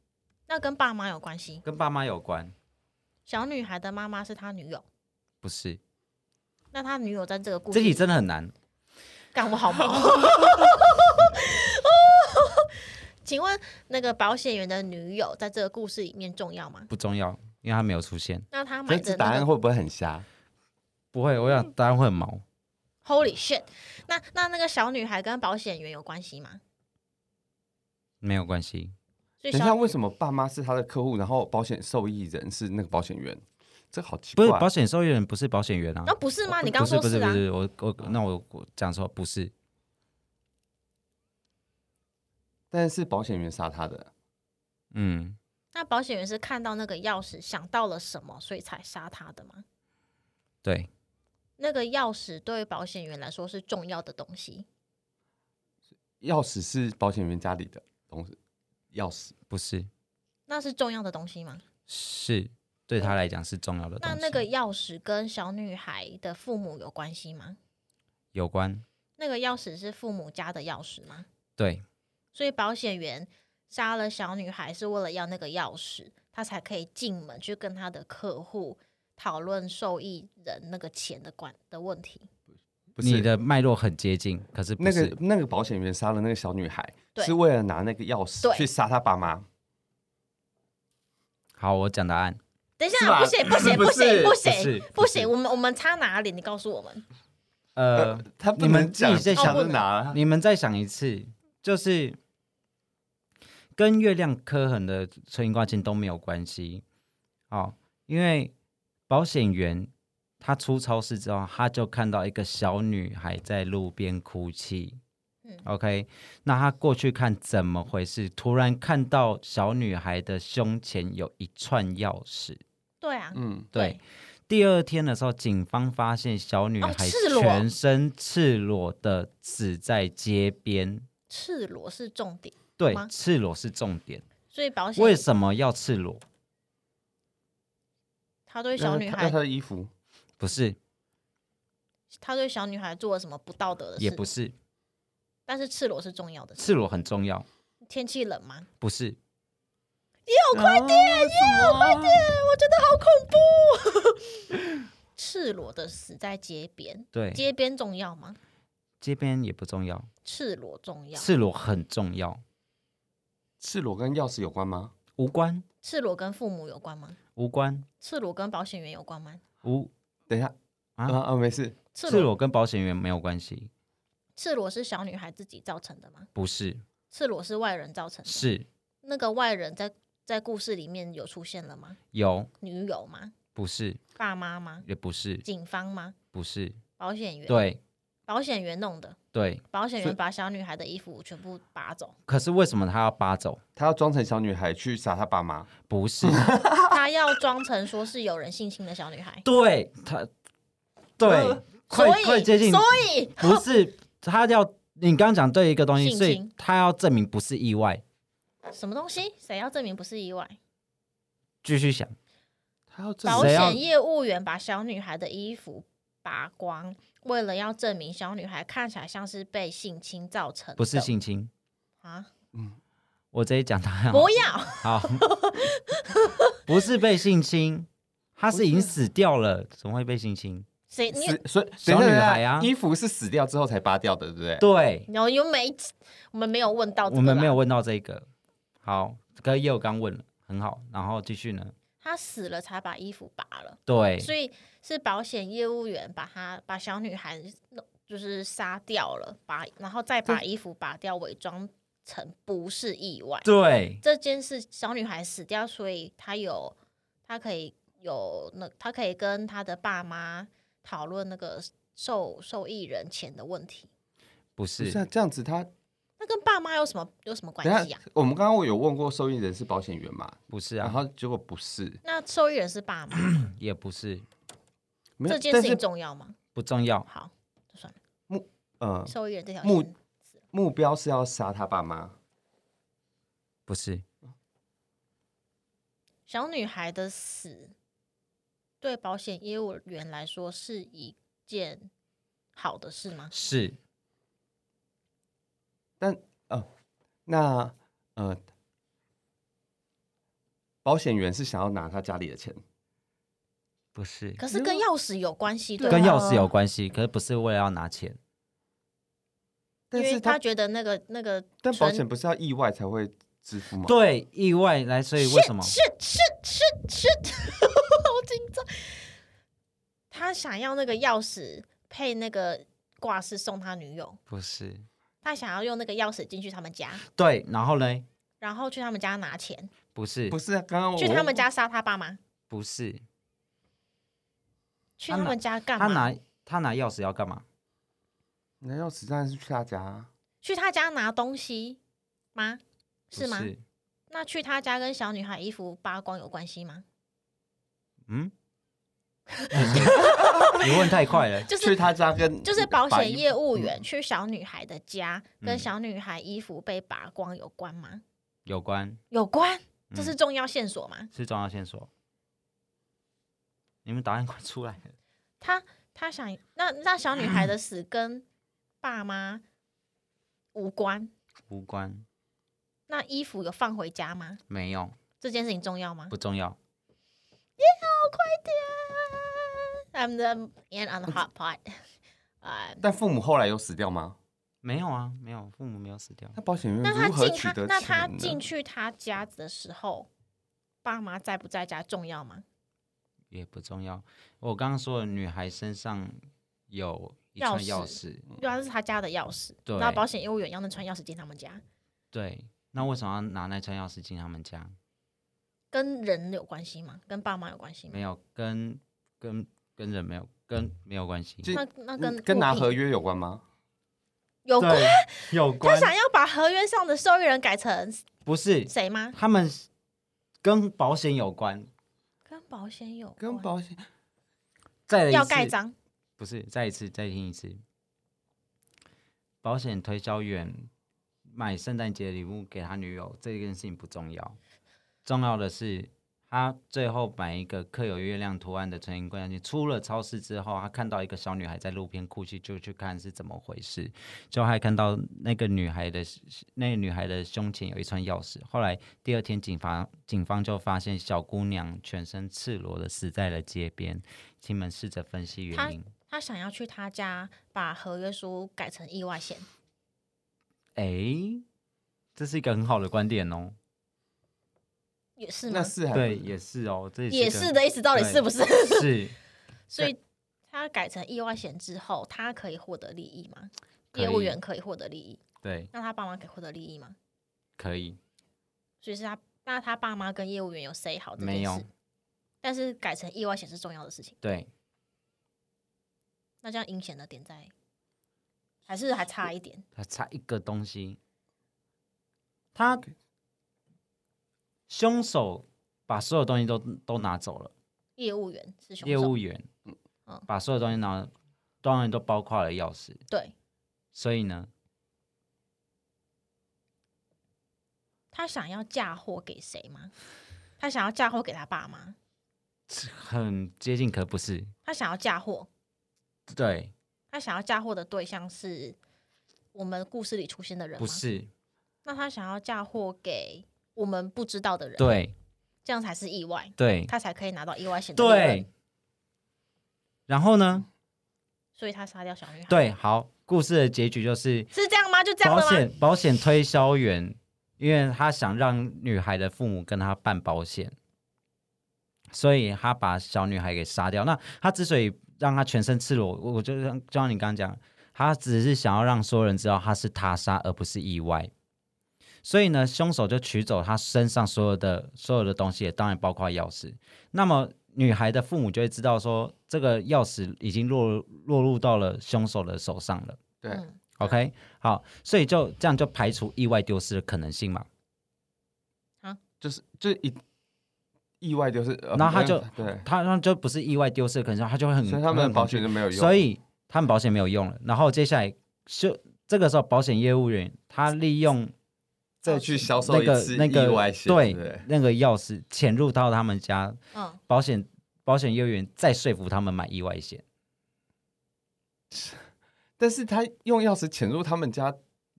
Speaker 2: 那跟爸妈有关系？
Speaker 1: 跟爸妈有关，
Speaker 2: 小女孩的妈妈是他女友，
Speaker 1: 不是。
Speaker 2: 那他女友在这个故事
Speaker 1: 这题
Speaker 2: 里
Speaker 1: 真的很难。
Speaker 2: 干我好 忙。 请问那个保险员的女友在这个故事里面重要吗？
Speaker 1: 不重要，因为他没有出现。
Speaker 2: 那他
Speaker 3: 所
Speaker 2: 买
Speaker 3: 以这
Speaker 2: 的
Speaker 3: 答
Speaker 2: 那
Speaker 3: 案
Speaker 2: 个
Speaker 3: 会不会很瞎？
Speaker 1: 不会，我
Speaker 2: 嗯
Speaker 1: 想答案会很毛。
Speaker 2: Holy shit！那那那个小女孩跟保险员有关系吗？
Speaker 1: 没有关系，
Speaker 2: 所以
Speaker 3: 等一下，
Speaker 2: 小
Speaker 3: 为什么爸妈是他的客户，然后保险受益人是那个保险员？这好奇
Speaker 1: 不
Speaker 3: 怪。
Speaker 1: 是保险受益人，不是保险员啊
Speaker 2: 哦那、。不是
Speaker 3: 哦
Speaker 2: 吗？你刚
Speaker 1: 不是
Speaker 2: 说
Speaker 1: 不是不
Speaker 2: 啊？
Speaker 1: 是，我我那我我讲错，不是
Speaker 3: 但是保险员杀他的，
Speaker 1: 嗯，
Speaker 2: 那保险员是看到那个钥匙想到了什么，所以才杀他的吗？
Speaker 1: 对，
Speaker 2: 那个钥匙对保险员来说是重要的东西，
Speaker 3: 钥匙是保险员家里的东西，钥匙
Speaker 1: 不是，
Speaker 2: 那是重要的东西吗？
Speaker 1: 是对他来讲是重要的东
Speaker 2: 那
Speaker 1: 西。
Speaker 2: 嗯那个钥匙跟小女孩的父母有关系吗？
Speaker 1: 有关，
Speaker 2: 那个钥匙是父母家的钥匙吗？
Speaker 1: 对，
Speaker 2: 所以保险员杀了小女孩是为了要那个钥匙，他才可以进门去跟他的客户讨论受益人那个钱的管的问题。
Speaker 3: 不
Speaker 1: 你
Speaker 3: 是
Speaker 1: 的脉络很接近，可是不
Speaker 3: 那
Speaker 1: 是
Speaker 3: 个那个保险员杀了那个小女孩，
Speaker 2: 对
Speaker 3: 是为了拿那个钥匙
Speaker 2: 对
Speaker 3: 去杀他爸妈。
Speaker 1: 好，我讲答案，
Speaker 2: 等一
Speaker 3: 是
Speaker 2: 下，
Speaker 3: 吧
Speaker 2: 不行不行
Speaker 3: 不
Speaker 2: 不行
Speaker 3: 是
Speaker 2: 不
Speaker 1: 不
Speaker 2: 行
Speaker 1: 是
Speaker 2: 不
Speaker 1: 不
Speaker 2: 行，
Speaker 1: 是
Speaker 2: 我们我们差哪里？你告诉我们。
Speaker 1: 呃，
Speaker 3: 他
Speaker 1: 你
Speaker 3: 不
Speaker 1: 们
Speaker 2: 哦
Speaker 3: 能讲，啊
Speaker 1: 自己在
Speaker 3: 想
Speaker 1: 想
Speaker 3: 着拿。
Speaker 1: 你们再想一次，就是跟月亮刻痕的车银挂件都没有关系。哦，因为保险员他出超市之后，他就看到一个小女孩在路边哭泣。
Speaker 2: 嗯
Speaker 1: OK，那他过去看怎么回事，突然看到小女孩的胸前有一串钥匙。
Speaker 2: 对啊，
Speaker 3: 嗯，
Speaker 1: 对，第二天的时候，警方发现小女
Speaker 2: 哦
Speaker 1: 孩
Speaker 2: 赤裸
Speaker 1: 全身赤裸的死在街边。
Speaker 2: 赤裸是重点，
Speaker 1: 对
Speaker 2: 吗，
Speaker 1: 赤裸是重点。
Speaker 2: 所以保险
Speaker 1: 为什么要赤裸？
Speaker 2: 他对小女
Speaker 3: 那她那
Speaker 2: 孩
Speaker 3: 她，的衣服，
Speaker 1: 不是，
Speaker 2: 他对小女孩做了什么不道德的事？
Speaker 1: 也不，是，
Speaker 2: 但是赤裸是重要的事。
Speaker 1: 赤裸很重要。
Speaker 2: 天气冷吗？
Speaker 1: 不是，
Speaker 2: 有快点，有快点！哎我觉得好恐怖。啊 赤裸的死在街边，
Speaker 1: 对，
Speaker 2: 街边重要吗？
Speaker 1: 街边也不重要，
Speaker 2: 赤裸重要，
Speaker 1: 赤裸很重要，
Speaker 3: 赤裸跟钥匙有关吗？
Speaker 1: 无关，
Speaker 2: 赤裸跟父母有关吗？
Speaker 1: 无关，
Speaker 2: 赤裸跟保险员有关吗？
Speaker 1: 无
Speaker 3: 等一下
Speaker 1: 啊
Speaker 3: 啊啊，没事，
Speaker 2: 赤
Speaker 1: 赤
Speaker 2: 裸
Speaker 1: 裸跟保险员没有关系，
Speaker 2: 赤裸是小女孩自己造成的吗？
Speaker 1: 不是，
Speaker 2: 赤裸是外人造成的。
Speaker 1: 是
Speaker 2: 那个外人在在故事里面有出现了吗？
Speaker 1: 有，
Speaker 2: 女友吗？
Speaker 1: 不是，
Speaker 2: 爸妈吗？
Speaker 1: 也不是，
Speaker 2: 警方吗？
Speaker 1: 不是，
Speaker 2: 保险员？，
Speaker 1: 对
Speaker 2: 保险员弄的。
Speaker 1: 对。
Speaker 2: 保险
Speaker 3: 所
Speaker 2: 员
Speaker 3: 以
Speaker 2: 把小女孩的衣服全部拔走，
Speaker 1: 可是为什么他要扒走？
Speaker 3: 她要装成小女孩去杀她爸妈，
Speaker 1: 不 是，
Speaker 2: 他要装成说是有人性侵的小女孩。
Speaker 1: 对他，对
Speaker 3: 呃，
Speaker 1: 快
Speaker 2: 所以
Speaker 1: 快接近
Speaker 2: 所，以
Speaker 1: 不是他要你刚刚讲对一个东西，
Speaker 2: 性
Speaker 1: 所以
Speaker 2: 侵
Speaker 1: 他要证明不是意外。
Speaker 2: 什么东西？谁要证明不是意外？
Speaker 1: 继续想，
Speaker 3: 她要证
Speaker 2: 保
Speaker 3: 明
Speaker 1: 谁要
Speaker 2: 险业务员把小女孩的衣服拔光，为了要证明小女孩看起来像是被性侵造成的，
Speaker 1: 不是性啊侵，
Speaker 2: 啊！
Speaker 1: 我直接讲他
Speaker 2: 不要，
Speaker 1: 好， 不是被性侵，他是已经死掉了，怎么会被性侵？
Speaker 2: 谁你
Speaker 3: 死，所以
Speaker 1: 小
Speaker 3: 等一下
Speaker 1: 女孩啊
Speaker 3: 等一下衣服是死掉之后才扒掉的，对不对？
Speaker 1: 对，
Speaker 2: 然后又没我们没有问到这个
Speaker 1: 我
Speaker 2: 啦，
Speaker 1: 们没有问到这个。好，可是也有刚问了，很好。然后继续呢？
Speaker 2: 他死了才把衣服拔了，
Speaker 1: 对，
Speaker 2: 所以是保险业务员把他把小女孩弄就是杀掉了，把然后再把衣服拔掉，伪装成不是意外。
Speaker 1: 对，
Speaker 2: 这件事，小女孩死掉，所以她有，她可以有那，她可以跟她的爸妈讨论那个受受益人钱的问题。
Speaker 1: 不
Speaker 3: 不
Speaker 1: 是
Speaker 3: 是啊，这样子她
Speaker 2: 那跟爸妈有什么有什么关
Speaker 3: 等一
Speaker 2: 系
Speaker 3: 下
Speaker 2: 啊？，
Speaker 3: 我们刚刚我有问过受益人是保险员嘛？
Speaker 1: 不是
Speaker 3: 然
Speaker 1: 啊，
Speaker 3: 后结果不是，
Speaker 2: 那受益人是爸妈，
Speaker 1: 也不是，
Speaker 3: 没有
Speaker 2: 这件事情
Speaker 3: 但是
Speaker 2: 重要吗？
Speaker 1: 不重要。
Speaker 2: 好，就算了。
Speaker 3: 呃，
Speaker 2: 受益人这条
Speaker 3: 目
Speaker 2: 线，
Speaker 3: 目标是要杀他爸妈，
Speaker 1: 不是，
Speaker 2: 小女孩的死对保险业务员来说是一件好的事吗？
Speaker 1: 是
Speaker 3: 但呃，那呃，保险员是想要拿他家里的钱，
Speaker 1: 不是
Speaker 2: 可是跟钥匙有关系，对
Speaker 1: 跟
Speaker 2: 吗
Speaker 1: 钥匙有关系？可是不是为了要拿钱？
Speaker 3: 但
Speaker 2: 因为
Speaker 3: 是
Speaker 2: 他
Speaker 3: 他
Speaker 2: 觉得那个那个
Speaker 3: 但保
Speaker 2: 存
Speaker 3: 险不是要意外才会支付吗？
Speaker 1: 对，意外来，所以为什么？
Speaker 2: shit shit shit shit，好 紧张。他想要那个钥匙配那个挂饰送他女友，
Speaker 1: 不是，
Speaker 2: 他想要用那个钥匙进去他们家，
Speaker 1: 对，然后呢？
Speaker 2: 然后去他们家拿钱，
Speaker 1: 不是，
Speaker 3: 不是啊，刚刚我
Speaker 2: 去他们家杀他爸妈，
Speaker 1: 不是，
Speaker 2: 去
Speaker 1: 他
Speaker 2: 他
Speaker 1: 拿
Speaker 2: 们家干
Speaker 1: 他
Speaker 2: 嘛？
Speaker 1: 拿他拿钥匙要干嘛？
Speaker 3: 拿钥匙当然是去他家啊，
Speaker 2: 去他家拿东西吗？
Speaker 1: 不
Speaker 2: 是吗？
Speaker 1: 是，
Speaker 2: 那去他家跟小女孩衣服扒光有关系吗？
Speaker 1: 嗯，你问太快了。
Speaker 2: 就是
Speaker 3: 去他家跟
Speaker 2: 就是保
Speaker 3: 把
Speaker 2: 险
Speaker 3: 衣服
Speaker 2: 业务
Speaker 3: 嗯
Speaker 2: 员去小女孩的家，跟
Speaker 1: 嗯
Speaker 2: 小女孩衣服被拔光有关吗？
Speaker 1: 有关
Speaker 2: 有关，这
Speaker 1: 嗯
Speaker 2: 是重要线索吗？
Speaker 1: 是重要线索。你们答案快出来了，
Speaker 2: 他他想那那小女孩的 死跟爸妈无关，
Speaker 1: 无关，
Speaker 2: 那衣服有放回家吗？
Speaker 1: 没有，
Speaker 2: 这件事情重要吗？
Speaker 1: 不重要。
Speaker 2: I'm the end on the hot pot 啊、
Speaker 3: 但父母后来有死掉吗？
Speaker 1: 没有啊，没有，父母没有死掉，
Speaker 3: 那保险员
Speaker 2: 那他
Speaker 3: 如何
Speaker 2: 进
Speaker 3: 取
Speaker 2: 他
Speaker 3: 得
Speaker 2: 那他
Speaker 3: 钱呢？
Speaker 2: 进去他家的时候，爸妈在不在家重要吗？
Speaker 1: 也不重要。我刚刚说的女孩身上有一串
Speaker 2: 钥
Speaker 1: 钥匙，
Speaker 2: 对啊，这是他家的钥匙，
Speaker 1: 对
Speaker 2: 那保险业务员要能穿钥匙进他们家，
Speaker 1: 对，那为什么要拿那串钥匙进他们家？
Speaker 2: 跟人有关系吗？跟爸妈有关系吗
Speaker 1: 没？有，跟跟跟人没有跟没有关系。
Speaker 3: 这
Speaker 2: 那那跟
Speaker 3: 嗯跟拿
Speaker 2: 物品
Speaker 3: 合约有关吗？
Speaker 2: 有关，
Speaker 1: 对，有
Speaker 2: 他
Speaker 1: 关，
Speaker 2: 想要把合约上的受益人改成
Speaker 1: 不是
Speaker 2: 谁吗？
Speaker 1: 他们跟保险有关。
Speaker 2: 跟保险有关，
Speaker 3: 跟保险
Speaker 1: 再来一
Speaker 2: 要
Speaker 1: 次
Speaker 2: 盖章，
Speaker 1: 不是，再一次，再听一次。保险推销员买圣诞节礼物给他女友这件事情不重要，重要的是他最后买一个刻有月亮图案的纯银冠项出了超市之后，他看到一个小女孩在路边哭泣，就去看是怎么回事，就还看到那个女孩的那个女孩的胸前有一串钥匙。后来第二天，警方警方就发现小姑娘全身赤裸的死在了街边，请你们试着分析
Speaker 2: 她
Speaker 1: 原因。
Speaker 2: 他想要去他家把合约书改成意外险，
Speaker 1: 诶，这是一个很好的观点哦。
Speaker 2: 也是吗
Speaker 3: 那？是还
Speaker 1: 对，也是哦，这
Speaker 2: 也
Speaker 1: 是
Speaker 2: 是
Speaker 1: 一个
Speaker 2: 的意思，到底是不是？
Speaker 1: 是
Speaker 2: 所以他改成意外险之后，他可以获得利益吗？
Speaker 1: 可以
Speaker 2: 业务员可以获得利益，
Speaker 1: 对，
Speaker 2: 那他爸妈可以获得利益吗？
Speaker 1: 可以
Speaker 2: 所以是他，那他爸妈跟业务员有 say 好这
Speaker 1: 没
Speaker 2: 件
Speaker 1: 有
Speaker 2: 事，但是改成意外险是重要的事情。
Speaker 1: 对，
Speaker 2: 那这样阴险的点在，还是还差一点。
Speaker 1: 他差一个东西，他凶手把所有东西都都拿走了，
Speaker 2: 业务员是凶手，
Speaker 1: 业务员
Speaker 2: 嗯
Speaker 1: 把所有东西拿，当然都包括了钥匙，
Speaker 2: 对
Speaker 1: 所以呢，
Speaker 2: 他想要嫁祸给谁吗？他想要嫁祸给他爸妈，
Speaker 1: 很接近，可不是
Speaker 2: 他想要嫁祸，
Speaker 1: 对，
Speaker 2: 他想要嫁祸的对象是我们故事里出现的人
Speaker 1: 不
Speaker 2: 吗？
Speaker 1: 是
Speaker 2: 那他想要嫁祸给我们不知道的人，，
Speaker 1: 对
Speaker 2: 这样才是意外，
Speaker 1: 对
Speaker 2: 他才可以拿到意外险的利润
Speaker 1: 对，，然后呢？
Speaker 2: 所以他杀掉小女孩，，
Speaker 1: 对，好，故事的结局就是
Speaker 2: 是这样吗？就这样
Speaker 1: 保
Speaker 2: 了吗？
Speaker 1: 险保险推销员，因为他想让女孩的父母跟他办保险，所以他把小女孩给杀掉。那他之所以让她全身赤裸，我我就像就像你刚刚讲，他只是想要让所有人知道他是他杀，而不是意外。所以呢，凶手就取走她身上所有的所有的东西，也当然包括钥匙。那么女孩的父母就会知道说，这个钥匙已经落入落入到了凶手的手上了。
Speaker 3: 对，
Speaker 2: 嗯
Speaker 1: OK，好，所以就这样就排除意外丢失的可能性嘛。
Speaker 3: 就是就一意外就是，呃
Speaker 1: 然后他
Speaker 3: 没有
Speaker 1: 就嗯
Speaker 3: 对，
Speaker 1: 他他就不是意外丢失的可能性，他就会很
Speaker 3: 所以他们的保险，就没有
Speaker 1: 很
Speaker 3: 用，
Speaker 1: 所以他们保险没有用了。然后接下来就这个时候，保险业务员他利用
Speaker 3: 再去销售
Speaker 1: 那
Speaker 3: 一
Speaker 1: 个
Speaker 3: 次
Speaker 1: 那个
Speaker 3: 意外险，
Speaker 1: 对
Speaker 3: 不对，
Speaker 1: 那个钥匙潜入到他们家，
Speaker 2: 嗯，
Speaker 1: 保险保险业务员再说服他们买意外险。
Speaker 3: 但是他用钥匙潜入他们家，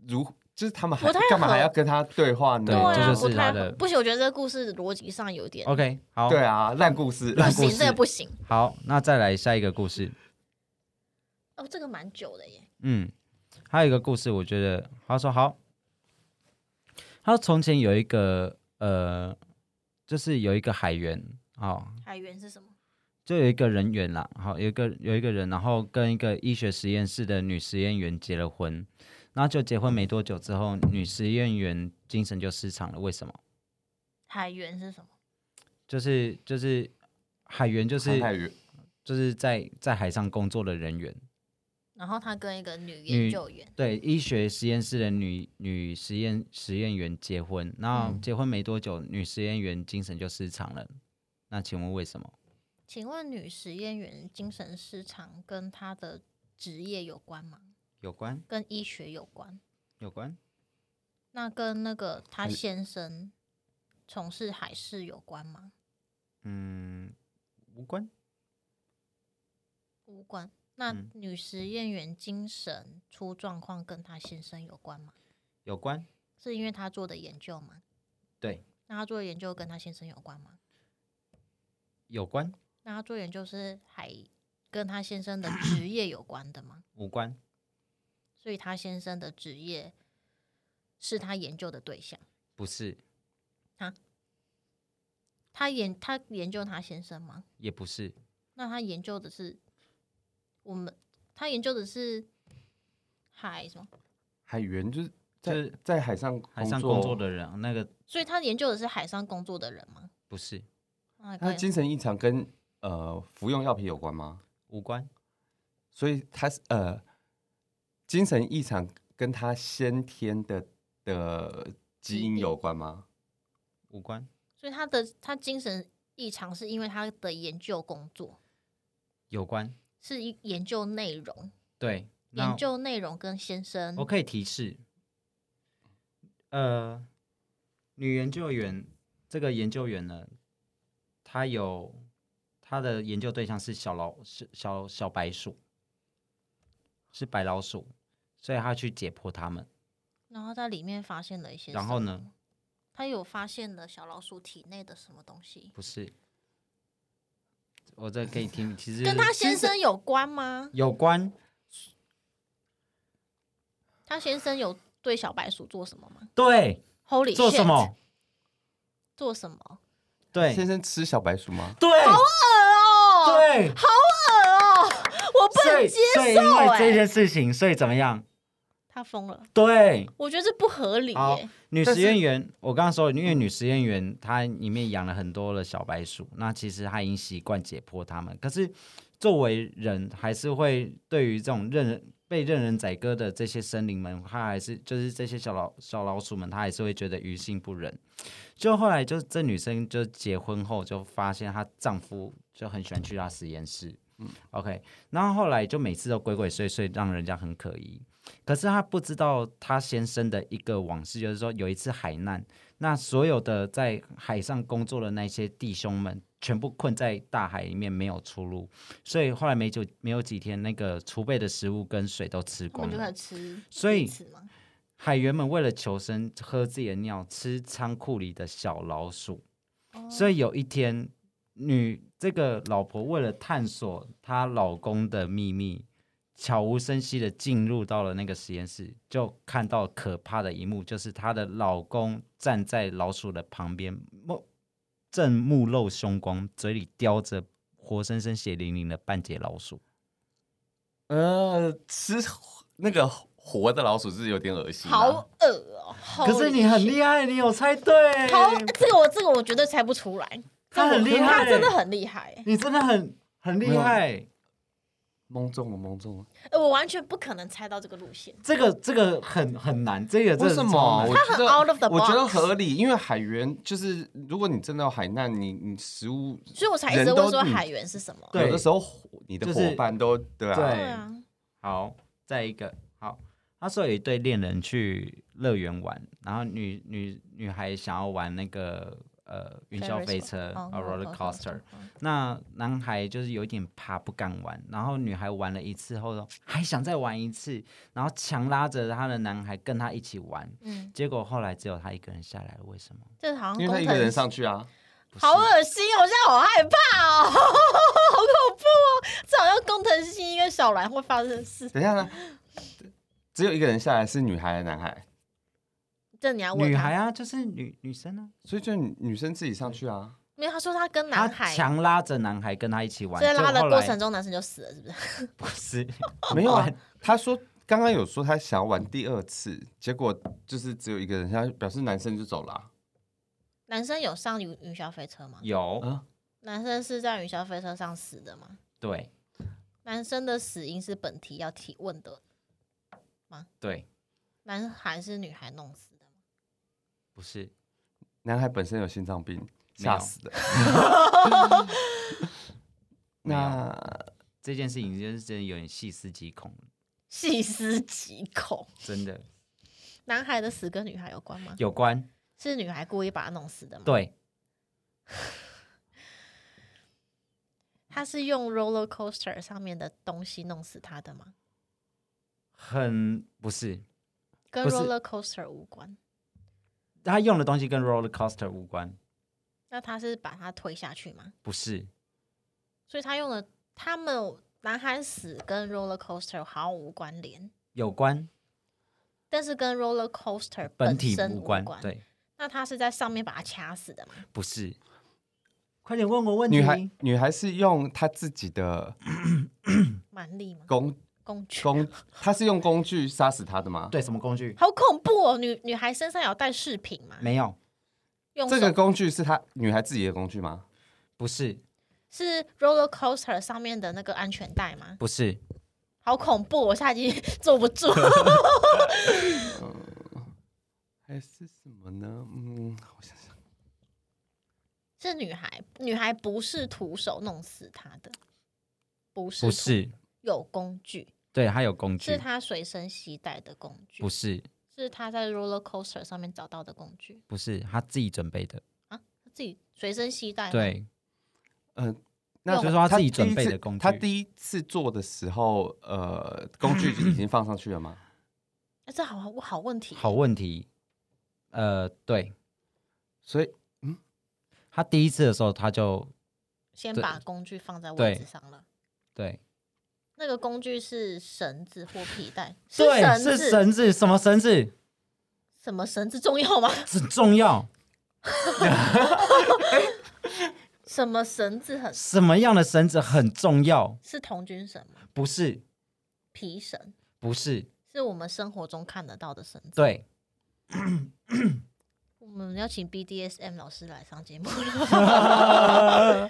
Speaker 3: 如就是他们还
Speaker 2: 不太
Speaker 3: 干嘛
Speaker 2: 合
Speaker 3: 还要跟他对话呢？
Speaker 1: 对
Speaker 2: 啊，
Speaker 1: 这就是
Speaker 2: 不太
Speaker 1: 他的
Speaker 2: 不行，我觉得这个故事逻辑上有点
Speaker 1: OK，好，
Speaker 3: 对啊，烂故事，
Speaker 2: 不
Speaker 1: 烂故
Speaker 2: 行，
Speaker 1: 事
Speaker 2: 这个不行。
Speaker 1: 好，那再来下一个故事。
Speaker 2: 哦，这个蛮久的耶，
Speaker 1: 嗯，还有一个故事，我觉得他说好，他说从前有一个呃，就是有一个海员，哦，
Speaker 2: 海员是什么？
Speaker 1: 就有一个人员啦，好，有一个有一个人，然后跟一个医学实验室的女实验员结了婚，然后就结婚没多久之后，女实验员精神就失常了，为什么？
Speaker 2: 海员是什么？
Speaker 1: 就是就是海员就
Speaker 3: 航海
Speaker 1: 是
Speaker 3: 员
Speaker 1: 就是在在海上工作的人员，
Speaker 2: 然后他跟一个女
Speaker 1: 女
Speaker 2: 研究员，
Speaker 1: 对医学实验室的女女实验实验员结婚，然后结婚没多久，女实验员精神就失常了。那请问为什么？
Speaker 2: 请问女实验员精神失常跟她的职业有关吗？
Speaker 1: 有关
Speaker 2: 跟医学有关？
Speaker 1: 有关
Speaker 2: 那跟那个她
Speaker 3: 还是
Speaker 2: 先生从事海事有关吗？
Speaker 1: 嗯无关
Speaker 2: 无关。那
Speaker 1: 嗯
Speaker 2: 女实验员精神出状况跟她先生有关吗？
Speaker 1: 有关
Speaker 2: 是因为她做的研究吗？
Speaker 1: 对
Speaker 2: 那她做的研究跟她先生有关吗？
Speaker 1: 有关
Speaker 2: 那她做研究是海跟她先生的职业有关的吗？
Speaker 1: 无关
Speaker 2: 所以她先生的职业是她研究的对象。
Speaker 1: 不是
Speaker 2: 她研她研究她先生吗？
Speaker 1: 也不是
Speaker 2: 那他研究的是我们，他研究的是海什么？
Speaker 3: 海员就是
Speaker 1: 就
Speaker 3: 在
Speaker 1: 是
Speaker 3: 在海上
Speaker 1: 海上工作，的人，那个
Speaker 2: 所以他研究的是海上工作的人吗？
Speaker 1: 不是
Speaker 2: 那
Speaker 3: 他
Speaker 2: 跟
Speaker 3: 精神异常跟呃服用药品有关吗？
Speaker 1: 无关，
Speaker 3: 所以他是呃精神异常跟他先天的的基因有关吗？
Speaker 1: 无关，
Speaker 2: 所以他的他精神异常是因为他的研究工作
Speaker 1: 有关。
Speaker 2: 是一研究内容，
Speaker 1: 对，那
Speaker 2: 研究内容跟先生
Speaker 1: 我可以提示，呃，女研究员这个研究员呢，她有她的研究对象是小老是小小白鼠，是白老鼠，所以她去解剖它们。
Speaker 2: 然后在里面发现了一些。
Speaker 1: 然后呢？
Speaker 2: 他有发现了小老鼠体内的什么东西，
Speaker 1: 不是，我这可以听，其实
Speaker 2: 跟他先生有关吗？
Speaker 1: 有关，
Speaker 2: 他先生有对小白鼠做什么吗
Speaker 1: 对，
Speaker 2: ？Holy
Speaker 1: 做什
Speaker 2: shit，
Speaker 1: 么？
Speaker 2: 做什么？
Speaker 1: 对，
Speaker 3: 先生吃小白鼠吗？
Speaker 1: 对，
Speaker 2: 哦恶哦，
Speaker 1: 对，
Speaker 2: 恶哦，我不
Speaker 1: 所
Speaker 2: 能
Speaker 1: 以
Speaker 2: 接
Speaker 1: 所以因
Speaker 2: 受
Speaker 1: 为这
Speaker 2: 哎、
Speaker 1: 件事情，所以怎么样？
Speaker 2: 他疯了，
Speaker 1: 对，
Speaker 2: 我觉得这不合理耶、
Speaker 1: 好女
Speaker 3: 但
Speaker 1: 实
Speaker 3: 是
Speaker 1: 验员，我刚刚说，因为女实验员她里面养了很多的小白鼠，那其实她已经习惯解剖它们，可是作为人还是会对于这种任人被任人宰割的这些生灵们，她还是就是这些小老小老鼠们，她还是会觉得于心不忍。就后来就这女生就结婚后就发现她丈夫就很喜欢去她实验室，嗯，OK，然后后来就每次都鬼鬼祟祟，让人家很可疑。可是她不知道她先生的一个往事，就是说有一次海难，那所有的在海上工作的那些弟兄们全部困在大海里面没有出路，所以后来没久没有几天，那个储备的食物跟水都吃
Speaker 2: 他
Speaker 1: 光
Speaker 2: 们就开
Speaker 1: 了
Speaker 2: 始。吃，
Speaker 1: 所以
Speaker 2: 吃吗？
Speaker 1: 海员们为了求生，喝自己的尿，吃仓库里的小老鼠。所
Speaker 2: 哦
Speaker 1: 以有一天，女这个老婆为了探索她老公的秘密，悄无声息的进入到了那个实验室，就看到可怕的一幕，就是她的老公站在老鼠的旁边，目正目露凶光，嘴里叼着活生生血淋淋的半截老鼠。
Speaker 3: 呃，吃那个活的老鼠是有点恶心、啊，
Speaker 2: 好恶哦、
Speaker 1: 可是你很
Speaker 2: Holy shit
Speaker 1: 厉害，你有猜对，
Speaker 2: 好，这个我这个我绝对猜不出来。
Speaker 1: 他很厉
Speaker 2: 他
Speaker 1: 害
Speaker 2: 真的很厉害、欸
Speaker 1: 你真的很很厉
Speaker 3: 没有
Speaker 1: 害。
Speaker 3: 蒙中了，蒙中了。
Speaker 2: 呃我完全不可能猜到这个路线。
Speaker 1: 这个这个很很难，这个真
Speaker 3: 为
Speaker 1: 的是
Speaker 3: 什
Speaker 1: 超
Speaker 3: 么？
Speaker 1: 难
Speaker 3: 我
Speaker 2: 它
Speaker 3: 觉
Speaker 2: 很
Speaker 3: 得
Speaker 2: out of the
Speaker 3: 我觉得
Speaker 2: box
Speaker 3: 合理，因为海员就是，如果你真的有海难，你你食物
Speaker 2: 所以我才一直
Speaker 3: 人都
Speaker 2: 问说
Speaker 3: 嗯
Speaker 2: 海员是什么。
Speaker 1: 对
Speaker 3: 有的时候伙你的
Speaker 1: 就是
Speaker 3: 伙伴都对啊，
Speaker 1: 对
Speaker 2: 对啊，
Speaker 1: 好，再一个好。他说有一对恋人去乐园玩，然后女女女孩想要玩那个呃云霄
Speaker 2: Ferris
Speaker 1: 飞车
Speaker 2: 哦
Speaker 1: a roller
Speaker 2: 好好好
Speaker 1: coaster），
Speaker 2: 好好
Speaker 1: 那男孩就是有一点怕，不敢玩。然后女孩玩了一次后呢，还想再玩一次，然后强拉着他的男孩跟他一起玩。
Speaker 2: 嗯，
Speaker 1: 结果后来只有他一个人下来了，为什么？
Speaker 2: 这好像
Speaker 3: 因为他
Speaker 2: 工
Speaker 3: 一个人
Speaker 2: 程
Speaker 3: 上去啊，
Speaker 2: 好恶心哦，我现在好害怕哦， 好恐怖哦！这好像工藤新一跟小兰会发生的事。
Speaker 3: 等一下呢，只有一个人下来是女孩还是男孩？
Speaker 2: 这你要问
Speaker 1: 女
Speaker 2: 他，
Speaker 1: 孩啊，就是女女生啊，
Speaker 3: 所以就女女生自己上去啊，
Speaker 2: 没有他说他跟
Speaker 1: 她
Speaker 2: 男孩，
Speaker 1: 强拉着男孩跟他一起玩，
Speaker 2: 所以
Speaker 1: 结
Speaker 2: 拉
Speaker 1: 果
Speaker 2: 的
Speaker 1: 后
Speaker 2: 过
Speaker 1: 来
Speaker 2: 程中男生就死了，是不是？
Speaker 1: 不 是，
Speaker 3: 没有啊？他说刚刚有说他想要玩第二次，结果就是只有一个人下，表示男生就走了啊、
Speaker 2: 男生有上云云霄飞车吗？
Speaker 1: 有
Speaker 3: 啊
Speaker 2: 男生是在云霄飞车上死的吗？
Speaker 1: 对
Speaker 2: 男生的死因是本题要提问的，
Speaker 1: 对，
Speaker 2: 男孩是女孩弄死的吗？
Speaker 1: 不是
Speaker 3: 男孩本身有心脏病，吓死的。那
Speaker 1: 这件事情，就是真的有点细思极恐，
Speaker 2: 细思极恐，
Speaker 1: 真的
Speaker 2: 男孩的死跟女孩有关吗？
Speaker 1: 有关
Speaker 2: 是女孩故意把他弄死的吗？
Speaker 1: 对
Speaker 2: 他是用 roller coaster 上面的东西弄死他的吗？
Speaker 1: 很不是，
Speaker 2: 跟
Speaker 1: 不是
Speaker 2: roller coaster 无关。
Speaker 1: 他用的东西跟 roller coaster 无关，
Speaker 2: 那他是把他推下去吗？
Speaker 1: 不是
Speaker 2: 所以他用的他们男孩死跟 roller coaster 毫无关联，
Speaker 1: 有关
Speaker 2: 但是跟 roller coaster
Speaker 1: 本
Speaker 2: 本
Speaker 1: 体
Speaker 2: 身
Speaker 1: 无
Speaker 2: 关
Speaker 1: 关，。对，
Speaker 2: 那他是在上面把他掐死的吗？
Speaker 1: 不是。快点问我问题，
Speaker 3: 女孩女孩是用她自己的
Speaker 2: 蛮力吗？
Speaker 3: 工
Speaker 2: 工具，
Speaker 3: 工，他是用工具杀死他的吗？，
Speaker 1: 对，什么工具？
Speaker 2: 好恐怖哦！女女孩身上有带饰品嘛？
Speaker 1: 没有，
Speaker 2: 用
Speaker 3: 这
Speaker 2: 手
Speaker 3: 个工具是他女孩自己的工具吗？
Speaker 1: 不是，
Speaker 2: 是 roller coaster 上面的那个安全带吗？
Speaker 1: 不是，
Speaker 2: 好恐怖、哦，我现在已经 坐不住。
Speaker 3: 还是什么呢？嗯，我想想，
Speaker 2: 是女孩，女孩不是徒手弄死他的，不是，
Speaker 1: 不，是，
Speaker 2: 有工具，
Speaker 1: 对，它有工
Speaker 2: 是
Speaker 1: 具，
Speaker 2: 她随身携带的工具
Speaker 1: 不，是，
Speaker 2: 是她在 roller coaster 上面找到的工具
Speaker 1: 不是，他自己准备的，
Speaker 2: 啊，她自己随身携带。，
Speaker 1: 对，
Speaker 3: 嗯、
Speaker 1: 那
Speaker 3: 那
Speaker 1: 就是说他自己
Speaker 3: 第一
Speaker 1: 准备
Speaker 3: 次
Speaker 1: 的工具，
Speaker 3: 他第一次做的时候，呃，工具已经放上去了吗？
Speaker 2: 啊、这好好问题。哦
Speaker 1: 好问题，呃，对
Speaker 3: 所以
Speaker 1: 他第一次的时候，他就
Speaker 2: 先
Speaker 1: 对
Speaker 2: 把工具放在位置
Speaker 1: 对
Speaker 2: 上了。
Speaker 1: 对
Speaker 2: 那个工具是绳子或皮带，是
Speaker 1: 对，
Speaker 2: 绳
Speaker 1: 是
Speaker 2: 子，
Speaker 1: 绳子，什么绳子
Speaker 2: 什么绳子重要吗？
Speaker 1: 很重要？
Speaker 2: 什么绳子很
Speaker 1: 什么样的绳子很重要？
Speaker 2: 是童军绳吗？
Speaker 1: 不是，
Speaker 2: 皮绳
Speaker 1: 不是，
Speaker 2: 是我们生活中看得到的绳子。
Speaker 1: 对，
Speaker 2: 我们要请 BDSM 老师来上节目了。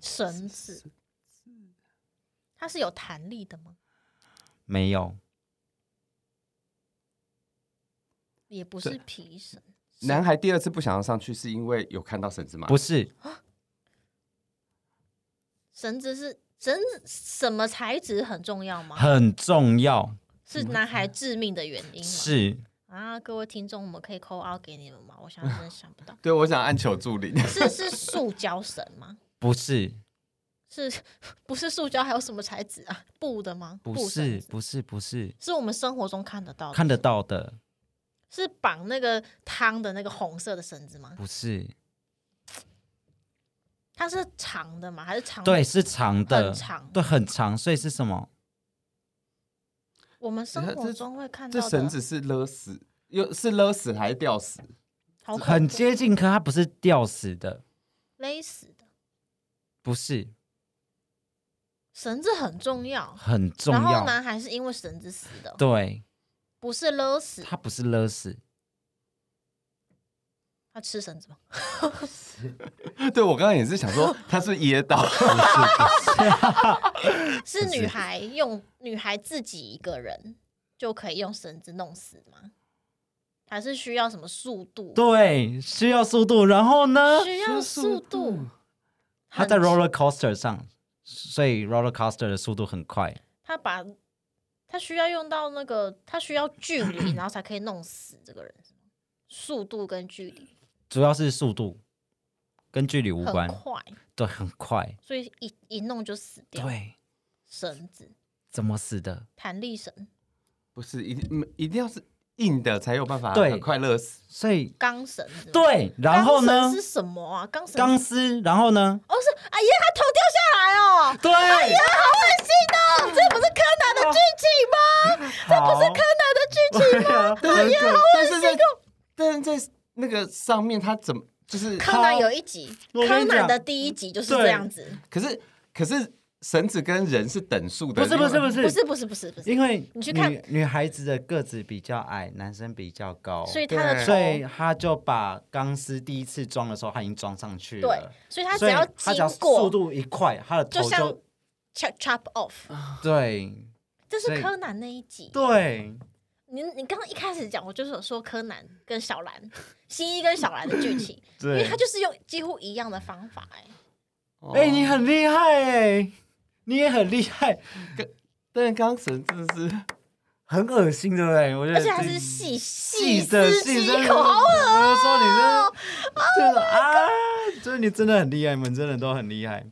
Speaker 2: 绳子，它是有弹力的吗？
Speaker 1: 没有，
Speaker 2: 也不是皮绳，
Speaker 3: 男孩第二次不想要上去，是因为有看到绳子吗？，
Speaker 1: 不是，
Speaker 2: 绳子是绳子什么材质很重要吗？
Speaker 1: 很重要，
Speaker 2: 是男孩致命的原因吗？
Speaker 1: 是
Speaker 2: 啊，各位听众，我们可以扣 out 给你们吗？我想真的想不到
Speaker 3: 对，我想按求助理。
Speaker 2: 是是塑胶绳吗？
Speaker 1: 不是？
Speaker 2: 是不是塑胶？还有什么材质啊？布的吗？
Speaker 1: 不
Speaker 2: 布绳
Speaker 1: 是，
Speaker 2: 子哦
Speaker 1: 不是，不是，
Speaker 2: 是我们生活中看得到的，
Speaker 1: 看得到的，
Speaker 2: 是绑那个汤的那个红色的绳子吗？
Speaker 1: 不是，
Speaker 2: 它是长的吗？还是长？
Speaker 1: 对，，是长的，
Speaker 2: 哦很长
Speaker 1: 对，很长，所以是什么？
Speaker 2: 我们生
Speaker 3: 等一下
Speaker 2: 活
Speaker 3: 这
Speaker 2: 中会看到
Speaker 3: 这
Speaker 2: 的。
Speaker 3: 绳子是勒死，又是勒死还是吊死？
Speaker 2: 好恐怖
Speaker 1: 很接近，可它不是吊死的，
Speaker 2: 勒死的
Speaker 1: 不是
Speaker 2: 绳子很重要，
Speaker 1: 很重
Speaker 2: 然后
Speaker 1: 要，
Speaker 2: 男孩是因为绳子死的，
Speaker 1: 对，
Speaker 2: 不是勒死。
Speaker 1: 它不是勒死，
Speaker 2: 他吃绳子吗？
Speaker 3: 对我刚刚也是想 说，他是噎到，
Speaker 2: 是女孩用女孩自己一个人就可以用绳子弄死吗？还是需要什么速度？
Speaker 1: 对，啊需要速度，然后呢？
Speaker 2: 需要速度。
Speaker 3: 嗯
Speaker 1: 它在
Speaker 2: 很
Speaker 1: roller coaster 上，所以 roller coaster 的速度很快，
Speaker 2: 他把他需要用到那个，他需要距离，然后才可以弄死这个人，是吗速度跟距离
Speaker 1: 主要是速度跟距离无
Speaker 2: 很
Speaker 1: 关，
Speaker 2: 快，
Speaker 1: 对，很快，
Speaker 2: 所以一一弄就死掉。
Speaker 1: 对，
Speaker 2: 绳子、
Speaker 1: 怎么死的？
Speaker 2: 弹力绳、
Speaker 3: 不是一定嗯一定要是硬的才有办法
Speaker 1: 对
Speaker 3: 很快勒死。
Speaker 1: 所以
Speaker 2: 钢绳是吗，
Speaker 1: 对，然后
Speaker 2: 钢
Speaker 1: 呢
Speaker 2: 绳？是什么啊？钢绳
Speaker 1: 钢
Speaker 2: 是
Speaker 1: 丝，然后呢？
Speaker 2: 哦是，哎呀，他头掉下来哦，
Speaker 1: 对，
Speaker 2: 好恶心哦！这不是柯南的剧情吗？
Speaker 1: 这不是柯南的剧情吗？
Speaker 2: 哎
Speaker 1: 对啊，
Speaker 3: 但是
Speaker 2: 哦
Speaker 3: 在但是在那个上面，他怎么就是？
Speaker 2: 柯南有一集，
Speaker 1: 我跟
Speaker 2: 柯
Speaker 1: 你
Speaker 2: 南
Speaker 1: 讲
Speaker 2: 的第一集就是
Speaker 1: 对
Speaker 2: 这样子，
Speaker 3: 可是可是绳子跟人是等速的，
Speaker 1: 不是不是不
Speaker 3: 是，
Speaker 2: 不
Speaker 1: 是，
Speaker 2: 是不是不是不是，
Speaker 1: 因为
Speaker 2: 你去看
Speaker 1: 女女孩子的个子比较矮，男生比较高，
Speaker 2: 所以他的头
Speaker 3: 对
Speaker 1: 所以他就把钢丝第一次装的时候，他已经装上去
Speaker 2: 对
Speaker 1: 了。，
Speaker 2: 所以他
Speaker 1: 所
Speaker 2: 只
Speaker 1: 以
Speaker 2: 要
Speaker 1: 他只要
Speaker 2: 经
Speaker 1: 速
Speaker 2: 过，
Speaker 1: 度一快，他的头
Speaker 2: 就
Speaker 1: 就
Speaker 2: 像 chop chop off，
Speaker 1: 对
Speaker 2: 这
Speaker 1: 所
Speaker 2: 是
Speaker 1: 以
Speaker 2: 柯南那一集。
Speaker 1: 对
Speaker 2: 你你刚刚一开始讲，我就是有说柯南跟小兰，新一跟小兰的剧情，因为
Speaker 1: 对
Speaker 2: 他。就是用几乎一样的方法，哎，
Speaker 3: 哦
Speaker 1: 哎、你很厉害哎、你也很厉害，
Speaker 3: 但刚绳真的是
Speaker 1: 很恶心对不对？我觉得
Speaker 2: 而且他
Speaker 1: 这
Speaker 2: 是细细
Speaker 1: 细的
Speaker 2: 思
Speaker 1: 细
Speaker 2: 极
Speaker 1: 的，
Speaker 2: 恐，好恶哦
Speaker 1: 我说你这就是啊，就是你真的很厉害，你们真的都很厉害。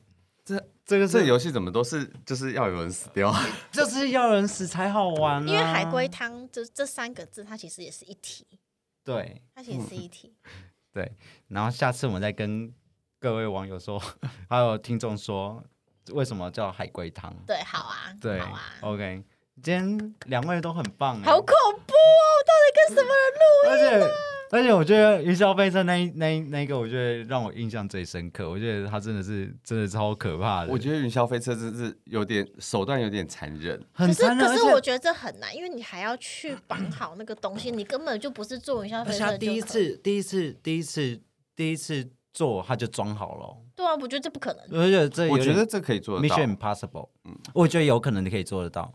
Speaker 3: 这
Speaker 1: 这个
Speaker 3: 这
Speaker 1: 是
Speaker 3: 游戏怎么都是就是要有人死 掉，
Speaker 1: 就是要人死才好玩、啊，
Speaker 2: 因为海龟汤这这三个字，它其实也是一体，
Speaker 1: 对
Speaker 2: 它其实是一体。
Speaker 1: 对，然后下次我们再跟各位网友说， 还有听众说，为什么叫海龟汤？
Speaker 2: 对，好啊，
Speaker 1: 对、
Speaker 2: 好啊，
Speaker 1: o k 今天两位都很棒哎、
Speaker 2: 好恐怖哦！到底跟什么人录？
Speaker 1: 而且而且我觉得云霄飞车那一那一那一个，我觉得让我印象最深刻。我觉得他真的是真的超可怕的，
Speaker 3: 我觉得云霄飞车真是有点手段有点残忍，
Speaker 1: 很
Speaker 2: 可是
Speaker 1: 残忍。
Speaker 2: 可是
Speaker 1: 而且
Speaker 2: 我觉得这很难，因为你还要去绑好那个东西，你根本就不是做云霄
Speaker 1: 而
Speaker 2: 飞
Speaker 1: 且
Speaker 2: 车
Speaker 1: 嗯他
Speaker 2: 就
Speaker 1: 第一
Speaker 2: 可以
Speaker 1: 次，第一次，第一次，第一次做他就装好了哦，
Speaker 2: 对啊，我觉得这不可能。
Speaker 1: 我觉得这嗯有
Speaker 3: 我觉
Speaker 1: 点
Speaker 3: 得这可以做得到。
Speaker 1: Mission Impossible，我觉得有可能你可以做得到。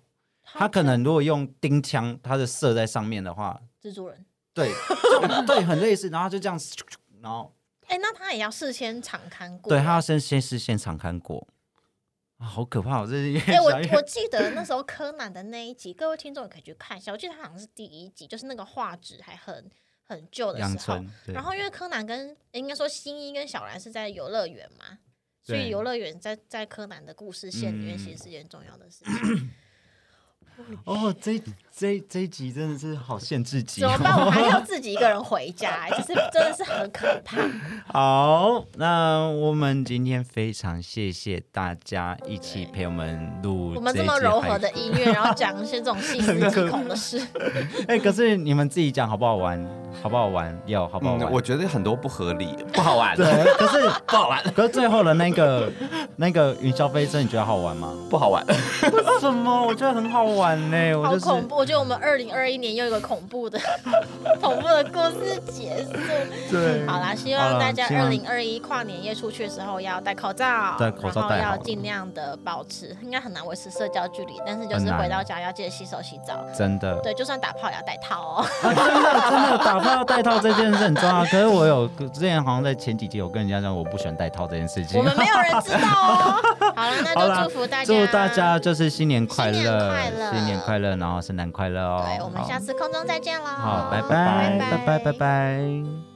Speaker 1: 他可能如果用钉枪，它的射在上面的话，
Speaker 2: 蜘蛛人，
Speaker 1: 对，就 对，很类似。然后就这样，然后
Speaker 2: 哎，那他也要事先常看过。
Speaker 1: 对他要先先是现场看过，啊，好可怕！我这是越
Speaker 2: 哎、我
Speaker 1: 想越
Speaker 2: 我记得那时候柯南的那一集，各位听众也可以去看一下。我记得他好像是第一集，就是那个画质还很很旧 的
Speaker 1: 阳
Speaker 2: 时候
Speaker 1: 春。，对
Speaker 2: 然后因为柯南跟诶应该说新一跟小兰是在游乐园嘛，所以
Speaker 1: 对
Speaker 2: 游乐园在在柯南的故事线里面
Speaker 1: 嗯
Speaker 2: 其实是件重要的事情。
Speaker 1: 哦，这这这一集真的是好限制级哦
Speaker 2: 怎 么办？我还要自己一个人回家、欸，就是真的是很可怕。
Speaker 1: 好，那我们今天非常谢谢大家一起陪我们录
Speaker 2: 我们
Speaker 1: 这
Speaker 2: 这
Speaker 1: 一
Speaker 2: 么
Speaker 1: 集
Speaker 2: 柔
Speaker 1: 嗨
Speaker 2: 和的音乐，然后讲一些这种 细思极恐的事，
Speaker 1: 哎、可是你们自己讲好不好玩？好不好玩？有好不好玩？
Speaker 3: 嗯，我觉得很多不合理，不好 玩，
Speaker 1: 对，可是
Speaker 3: 不好玩，
Speaker 1: 可是最后的那个那个云霄飞车，你觉得好玩吗？
Speaker 3: 不好玩。
Speaker 1: 为 什么？我觉得很好玩呢、我
Speaker 2: 好
Speaker 1: 就是
Speaker 2: 恐怖！我觉得我们二零二一年又一个恐怖的恐怖的故事结束。
Speaker 1: 对
Speaker 2: 好啦，希
Speaker 1: 嗯好
Speaker 2: 望
Speaker 1: 啦
Speaker 2: 大家
Speaker 1: 希
Speaker 2: 二
Speaker 1: 望
Speaker 2: 零二一跨年夜出去的时候要戴口罩，
Speaker 1: 戴口罩戴
Speaker 2: 然
Speaker 1: 好
Speaker 2: 后要尽量的保持，应该很难维持社交距离，但是就
Speaker 1: 很
Speaker 2: 是
Speaker 1: 难
Speaker 2: 回到家要记得洗手洗澡。
Speaker 1: 真的，
Speaker 2: 对，就算打炮也要戴 套哦。
Speaker 1: 啊、真的真的打炮戴套这件事很重要。可是我有之前好像在前几集有跟人家讲，我不喜欢戴套这件事情
Speaker 2: 我。们没有人知道哦。 好了，那
Speaker 1: 好啦
Speaker 2: 就祝福大家，
Speaker 1: 祝大家就是新年快乐，
Speaker 2: 新年快乐
Speaker 1: 新年快乐然后圣诞快乐哦。
Speaker 2: 对，我们
Speaker 1: 好
Speaker 2: 下次空中再见喽。
Speaker 1: 好，拜
Speaker 2: 拜
Speaker 1: 拜，拜拜，拜拜。